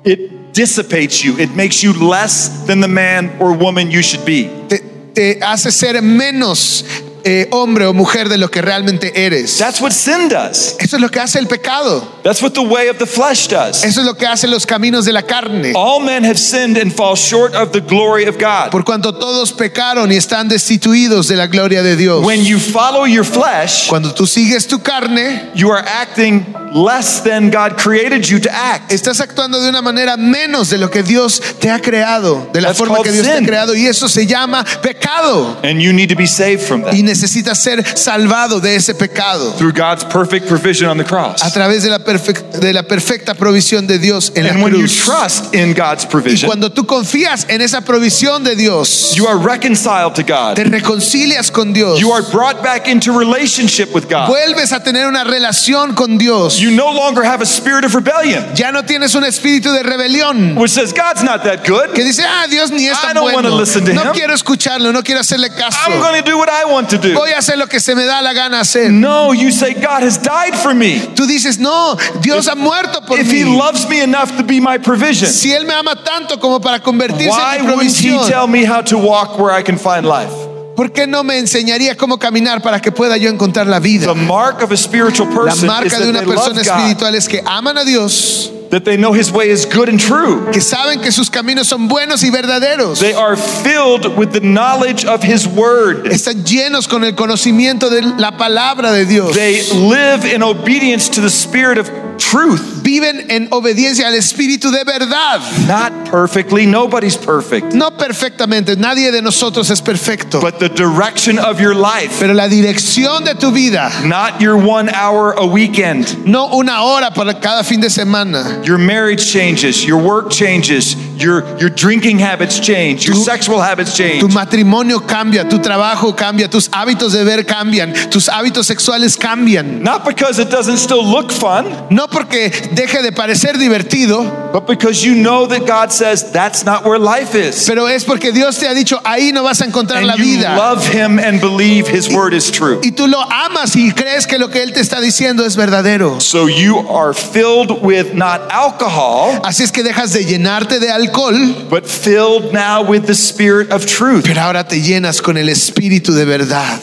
Speaker 1: It dissipates you, it makes you less than the man or woman you should be.
Speaker 2: Te, te hace ser menos eh, hombre o mujer de lo que realmente eres.
Speaker 1: That's what sin does.
Speaker 2: Eso es lo que hace el pecado.
Speaker 1: That's what the way of the flesh does.
Speaker 2: Eso es lo que hacen los caminos de la carne.
Speaker 1: All men have sinned and fall short of the glory of God.
Speaker 2: Por cuanto todos pecaron y están destituidos de la gloria de Dios.
Speaker 1: When you follow your flesh,
Speaker 2: Cuando tú sigues tu carne,
Speaker 1: you are acting less than God created you to act.
Speaker 2: estás actuando de una manera menos de lo que Dios te ha creado, de la
Speaker 1: That's
Speaker 2: forma que
Speaker 1: called
Speaker 2: Dios te ha
Speaker 1: sin.
Speaker 2: creado. Y eso se llama pecado.
Speaker 1: And you need to be saved from
Speaker 2: y
Speaker 1: that
Speaker 2: necesitas ser salvado de ese pecado
Speaker 1: through God's perfect provision on the
Speaker 2: a
Speaker 1: cross.
Speaker 2: través de la, perfec- de la perfecta provisión de Dios en
Speaker 1: And
Speaker 2: la
Speaker 1: when you
Speaker 2: cruz.
Speaker 1: trust in God's
Speaker 2: Y
Speaker 1: provision,
Speaker 2: cuando tú confías en esa provisión de Dios,
Speaker 1: you are reconciled to
Speaker 2: te
Speaker 1: God.
Speaker 2: reconcilias con Dios,
Speaker 1: You are brought back into relationship with God.
Speaker 2: vuelves a tener una relación con Dios.
Speaker 1: You no longer have a spirit of rebellion,
Speaker 2: Ya no tienes un espíritu de rebelión
Speaker 1: which says, God's not that
Speaker 2: que
Speaker 1: good.
Speaker 2: dice, ah, Dios ni es
Speaker 1: I
Speaker 2: tan
Speaker 1: don't wanna
Speaker 2: bueno.
Speaker 1: listen to him.
Speaker 2: No quiero escucharlo, no quiero hacerle caso.
Speaker 1: I'm going to do what I want to do.
Speaker 2: Voy a hacer lo que se me da la gana hacer.
Speaker 1: No, you say, God has died for me.
Speaker 2: Tú dices, no, Dios ha muerto por
Speaker 1: If he
Speaker 2: mí.
Speaker 1: loves me enough to be my provision,
Speaker 2: Si Él me ama tanto como para convertirse
Speaker 1: why
Speaker 2: en mi
Speaker 1: wouldn't he
Speaker 2: provisión,
Speaker 1: tell me how to walk where I can find life?
Speaker 2: ¿Por qué no me enseñaría cómo caminar para que pueda yo encontrar
Speaker 1: The
Speaker 2: la vida?
Speaker 1: mark of a spiritual
Speaker 2: La
Speaker 1: person is
Speaker 2: marca
Speaker 1: that
Speaker 2: de una
Speaker 1: they
Speaker 2: persona
Speaker 1: love God,
Speaker 2: espiritual es que aman a Dios,
Speaker 1: that they know his way is good and true.
Speaker 2: que saben que sus caminos son buenos y verdaderos,
Speaker 1: They are filled with the knowledge of his word.
Speaker 2: están llenos con el conocimiento de la palabra de Dios,
Speaker 1: They live in obedience to the spirit of truth.
Speaker 2: viven en obediencia al Espíritu de verdad.
Speaker 1: Not perfectly, nobody's perfect,
Speaker 2: No perfectamente, nadie de nosotros es perfecto,
Speaker 1: but the direction of your life,
Speaker 2: pero la dirección de tu vida,
Speaker 1: not your one hour a weekend.
Speaker 2: no una hora para cada fin de semana.
Speaker 1: Your marriage changes, your work changes, your your drinking habits change, your
Speaker 2: Tu-
Speaker 1: sexual habits change.
Speaker 2: Tu matrimonio cambia, tu trabajo cambia, tus hábitos de ver cambian, tus hábitos sexuales cambian.
Speaker 1: Not because it doesn't still look fun,
Speaker 2: No porque deje de parecer divertido,
Speaker 1: but because you know that God says that's not where life is.
Speaker 2: pero es porque Dios te ha dicho, ahí no vas a encontrar
Speaker 1: And
Speaker 2: la
Speaker 1: you
Speaker 2: vida.
Speaker 1: love Him and believe His word is true.
Speaker 2: Y tú lo amas y crees que lo que Él te está diciendo es verdadero.
Speaker 1: So you are filled with not alcohol,
Speaker 2: Así es que dejas de llenarte de alcohol,
Speaker 1: but filled now with the spirit of truth.
Speaker 2: pero ahora te llenas con el Espíritu de verdad.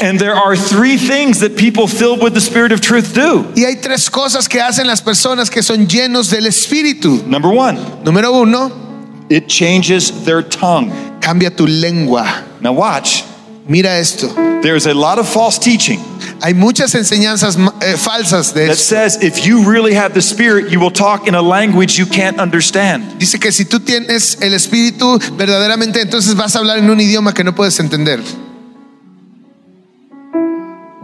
Speaker 1: And there are three things that people filled with the spirit of truth do.
Speaker 2: Y hay tres cosas que hacen las personas que son llenos del Espíritu.
Speaker 1: Number one,
Speaker 2: Número uno,
Speaker 1: it changes their tongue.
Speaker 2: cambia tu lengua.
Speaker 1: Now watch.
Speaker 2: Mira esto.
Speaker 1: There's a lot of false teaching
Speaker 2: Hay muchas enseñanzas ma- eh, falsas de
Speaker 1: that
Speaker 2: eso.
Speaker 1: says if you really have the Spirit, you will talk in a language you can't understand.
Speaker 2: Dice que si tú tienes el espíritu verdaderamente, entonces vas a hablar en un idioma que no puedes entender.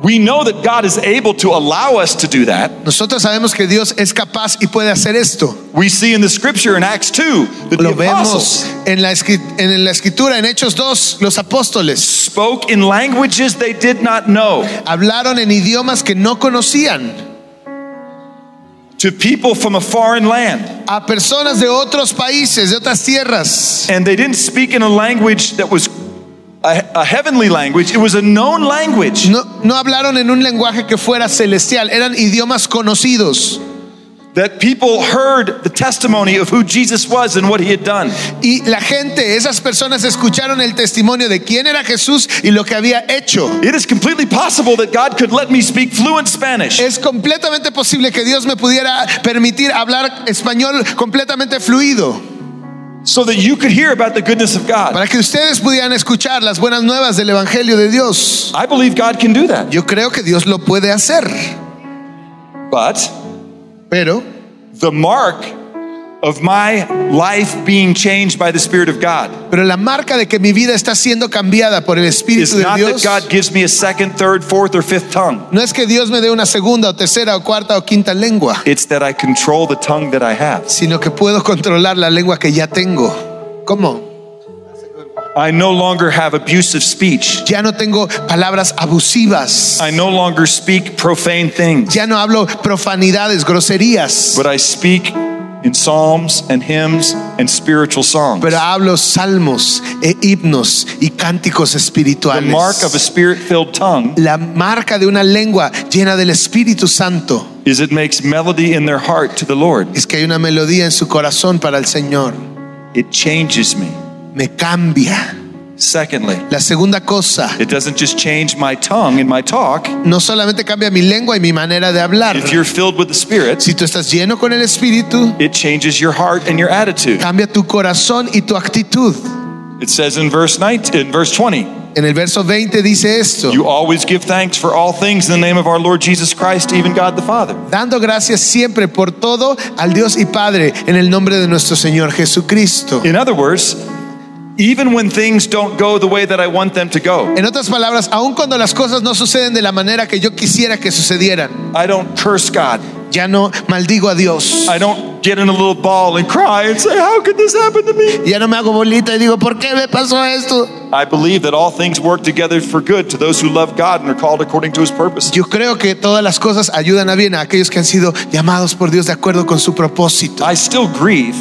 Speaker 1: We know that God is able to allow us to do that.
Speaker 2: Nosotros sabemos que Dios es capaz y puede hacer esto.
Speaker 1: We see in the scripture in Acts 2 that the
Speaker 2: Lo vemos
Speaker 1: apostles
Speaker 2: en la, escri- en la escritura, en Hechos 2, los apóstoles
Speaker 1: spoke in languages they did not know
Speaker 2: hablaron en idiomas que no conocían
Speaker 1: to people from a foreign land.
Speaker 2: a personas de otros países, de otras tierras.
Speaker 1: And they didn't speak in a language that was a, a heavenly language, it was a known language.
Speaker 2: No, no hablaron en un lenguaje que fuera celestial, eran idiomas conocidos.
Speaker 1: That people heard the testimony of who Jesus was and what he had done.
Speaker 2: Y la gente, esas personas escucharon el testimonio de quién era Jesús y lo que había hecho.
Speaker 1: It is completely possible that God could let me speak fluent Spanish.
Speaker 2: Es completamente posible que Dios me pudiera permitir hablar español completamente fluido
Speaker 1: so that you could hear about the goodness of God.
Speaker 2: para que ustedes pudieran escuchar las buenas nuevas del Evangelio de Dios.
Speaker 1: I believe God can do that.
Speaker 2: Yo creo que Dios lo puede hacer,
Speaker 1: But
Speaker 2: pero
Speaker 1: the mark of my life being changed by the Spirit of God
Speaker 2: pero la marca de que mi vida está siendo cambiada por el
Speaker 1: is
Speaker 2: Espíritu de
Speaker 1: not that
Speaker 2: Dios
Speaker 1: God gives me a second, third, fourth, or fifth tongue.
Speaker 2: no es que Dios me dé una segunda o tercera o cuarta o quinta lengua,
Speaker 1: It's that I control the tongue that I have.
Speaker 2: sino que puedo controlar la lengua que ya tengo. ¿Cómo?
Speaker 1: I no longer have abusive speech.
Speaker 2: Ya no tengo palabras abusivas.
Speaker 1: I no longer speak profane things,
Speaker 2: Ya no hablo profanidades, groserías.
Speaker 1: but I speak in psalms and hymns and spiritual songs.
Speaker 2: Pero hablo salmos e himnos y cánticos
Speaker 1: The
Speaker 2: espirituales.
Speaker 1: mark of a spirit filled tongue
Speaker 2: La marca de una lengua llena del Espíritu Santo
Speaker 1: is it makes melody in their heart to the Lord.
Speaker 2: es que hay una melodía en su corazón para el Señor.
Speaker 1: It changes me.
Speaker 2: Me cambia.
Speaker 1: Secondly,
Speaker 2: La segunda cosa,
Speaker 1: it doesn't just change my tongue and my talk.
Speaker 2: no solamente cambia mi lengua y mi manera de hablar.
Speaker 1: If you're filled with the Spirit,
Speaker 2: Si tú estás lleno con el Espíritu,
Speaker 1: it changes your heart and your attitude.
Speaker 2: cambia tu corazón y tu actitud.
Speaker 1: It says in verse 19, in verse 20,
Speaker 2: En el verso 20 dice esto.
Speaker 1: you always give thanks for all things in the name of our Lord Jesus Christ, even God the Father.
Speaker 2: dando gracias siempre por todo al Dios y Padre en el nombre de nuestro Señor Jesucristo.
Speaker 1: In other words, even when things don't go the way that I want them to go,
Speaker 2: En otras palabras, aun cuando las cosas no suceden de la manera que yo quisiera que sucedieran,
Speaker 1: I don't curse God.
Speaker 2: ya no maldigo a Dios.
Speaker 1: I don't get in a little ball and cry and say, How could this happen to me?
Speaker 2: Ya no me hago bolita y digo, ¿por qué me pasó esto?
Speaker 1: I believe that all things work together for good to those who love God and are called according to his purpose.
Speaker 2: Yo creo que todas las cosas ayudan a bien a aquellos que han sido llamados por Dios de acuerdo con su propósito.
Speaker 1: I still grieve,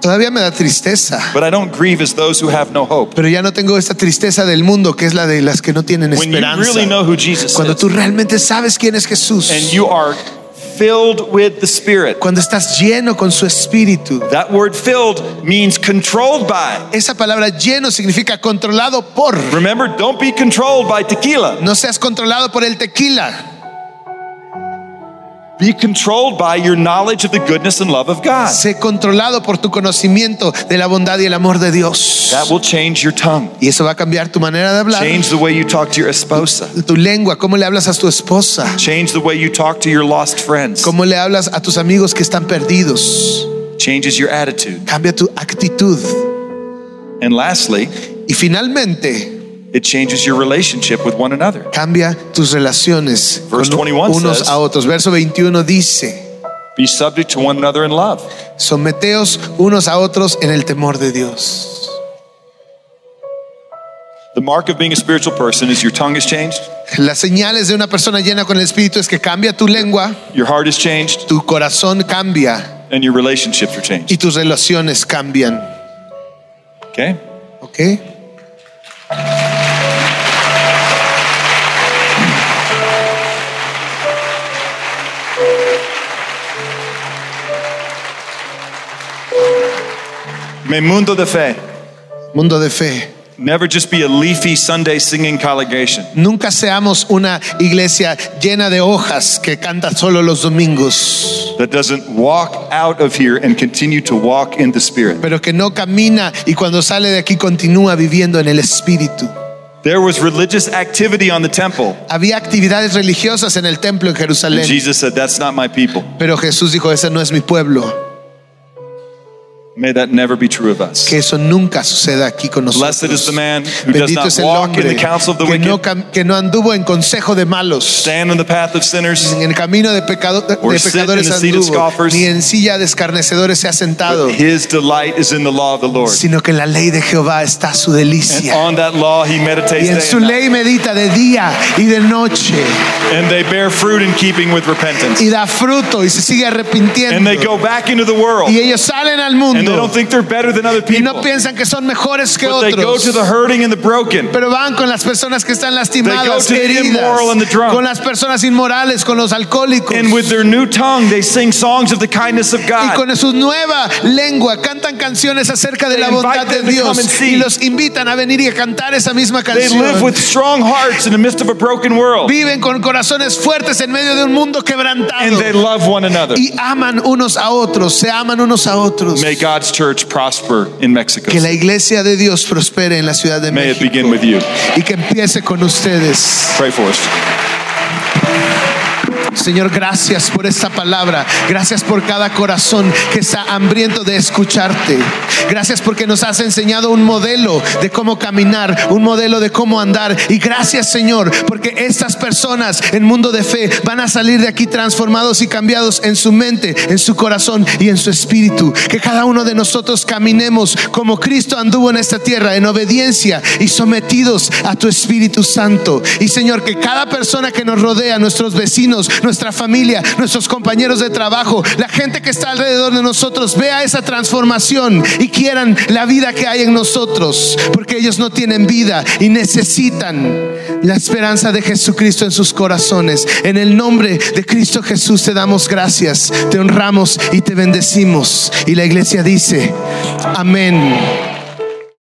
Speaker 2: Todavía me da tristeza,
Speaker 1: but I don't grieve as those who have no hope.
Speaker 2: pero ya no tengo esta tristeza del mundo que es la de las que no tienen
Speaker 1: When you
Speaker 2: esperanza.
Speaker 1: really know who Jesus
Speaker 2: Cuando tú
Speaker 1: is
Speaker 2: realmente sabes quién es Jesús.
Speaker 1: and you are filled with the Spirit,
Speaker 2: cuando estás lleno con su espíritu.
Speaker 1: that word filled means controlled by.
Speaker 2: Esa palabra lleno significa controlado por.
Speaker 1: Remember, don't be controlled by tequila.
Speaker 2: No seas controlado por el tequila.
Speaker 1: Be controlled by your knowledge of the goodness and love of God.
Speaker 2: Sé controlado por tu conocimiento de la bondad y el amor de Dios.
Speaker 1: That will change your tongue,
Speaker 2: Y eso va a cambiar tu manera de hablar,
Speaker 1: change the way you talk to your esposa,
Speaker 2: tu lengua, cómo le hablas a tu esposa,
Speaker 1: change the way you talk to your lost friends,
Speaker 2: cómo le hablas a tus amigos que están perdidos.
Speaker 1: changes your attitude.
Speaker 2: Cambia tu actitud.
Speaker 1: And lastly,
Speaker 2: Y finalmente,
Speaker 1: it changes your relationship with one another.
Speaker 2: cambia tus relaciones
Speaker 1: Verse
Speaker 2: con
Speaker 1: 21
Speaker 2: unos
Speaker 1: says-
Speaker 2: a otros. Verso 21 dice,
Speaker 1: Be subject to one another in love.
Speaker 2: someteos unos a otros en el temor de Dios.
Speaker 1: The mark of being a spiritual person is your tongue is changed,
Speaker 2: Las señales de una persona llena con el Espíritu es que cambia tu lengua,
Speaker 1: your heart is changed,
Speaker 2: tu corazón cambia
Speaker 1: and your relationships are changed.
Speaker 2: y tus relaciones cambian.
Speaker 1: Okay?
Speaker 2: ¿Ok?
Speaker 1: Me mundo de fe.
Speaker 2: Mundo de fe.
Speaker 1: Never just be a leafy Sunday singing congregation.
Speaker 2: Nunca seamos una iglesia llena de hojas que canta solo los domingos,
Speaker 1: that doesn't walk out of here and continue to walk in the Spirit.
Speaker 2: pero que no camina y cuando sale de aquí continúa viviendo en el Espíritu.
Speaker 1: There was religious activity on the temple.
Speaker 2: Había actividades religiosas en el templo en
Speaker 1: And
Speaker 2: Jerusalén,
Speaker 1: Jesus said, That's not my people.
Speaker 2: pero Jesús dijo, ese no es mi pueblo.
Speaker 1: May that never be true of us.
Speaker 2: Que eso nunca suceda aquí con
Speaker 1: Blessed
Speaker 2: nosotros.
Speaker 1: is the man who does
Speaker 2: Bendito es
Speaker 1: not
Speaker 2: el
Speaker 1: walk in
Speaker 2: hombre
Speaker 1: the counsel of the
Speaker 2: que no,
Speaker 1: wicked,
Speaker 2: cam- que no anduvo en consejo de malos,
Speaker 1: stand in the path of sinners,
Speaker 2: en el camino de, pecado- de
Speaker 1: Or sit in
Speaker 2: pecadores
Speaker 1: the seat of
Speaker 2: anduvo,
Speaker 1: scoffers.
Speaker 2: ni en silla de escarnecedores se ha sentado,
Speaker 1: but his delight is in the law of the Lord.
Speaker 2: sino que en la ley de Jehová está su
Speaker 1: And
Speaker 2: delicia.
Speaker 1: on that law he
Speaker 2: Y
Speaker 1: meditates
Speaker 2: en
Speaker 1: day
Speaker 2: su
Speaker 1: and night.
Speaker 2: ley medita de día y de noche,
Speaker 1: And they bear fruit in keeping with repentance.
Speaker 2: y da fruto y se sigue
Speaker 1: And
Speaker 2: arrepintiendo.
Speaker 1: they go back into the world.
Speaker 2: Y ellos salen al
Speaker 1: And they don't
Speaker 2: mundo
Speaker 1: think they're better than other
Speaker 2: y
Speaker 1: people.
Speaker 2: no piensan que son mejores que
Speaker 1: But they go
Speaker 2: otros.
Speaker 1: to the hurting and the broken.
Speaker 2: pero van con las personas que están lastimadas,
Speaker 1: to the
Speaker 2: heridas,
Speaker 1: immoral and the drunk.
Speaker 2: con las personas inmorales, con los alcohólicos.
Speaker 1: And with their new tongue, they sing songs of the kindness of
Speaker 2: y
Speaker 1: God.
Speaker 2: con su nueva lengua cantan canciones acerca de
Speaker 1: They
Speaker 2: la bondad
Speaker 1: invite
Speaker 2: de
Speaker 1: them to
Speaker 2: Dios
Speaker 1: come and see.
Speaker 2: y los invitan a venir y a cantar esa misma
Speaker 1: They live
Speaker 2: canción.
Speaker 1: with strong hearts in the midst of a broken world.
Speaker 2: Viven con corazones fuertes en medio de un mundo quebrantado
Speaker 1: And they love one another.
Speaker 2: y aman unos a otros, se aman unos a otros.
Speaker 1: May God's church prosper in Mexico.
Speaker 2: Que la iglesia de Dios prospere en la ciudad de
Speaker 1: May it
Speaker 2: México
Speaker 1: begin with you.
Speaker 2: y que empiece con ustedes.
Speaker 1: Pray for us.
Speaker 2: Señor, gracias por esta palabra. Gracias por cada corazón que está hambriento de escucharte. Gracias porque nos has enseñado un modelo de cómo caminar, un modelo de cómo andar. Y gracias, Señor, porque estas personas en mundo de fe van a salir de aquí transformados y cambiados en su mente, en su corazón y en su espíritu. Que cada uno de nosotros caminemos como Cristo anduvo en esta tierra, en obediencia y sometidos a tu Espíritu Santo. Y Señor, que cada persona que nos rodea, nuestros vecinos, nuestra familia, nuestros compañeros de trabajo, la gente que está alrededor de nosotros, vea esa transformación y quieran la vida que hay en nosotros, porque ellos no tienen vida y necesitan la esperanza de Jesucristo en sus corazones. En el nombre de Cristo Jesús te damos gracias, te honramos y te bendecimos. Y la iglesia dice, amén.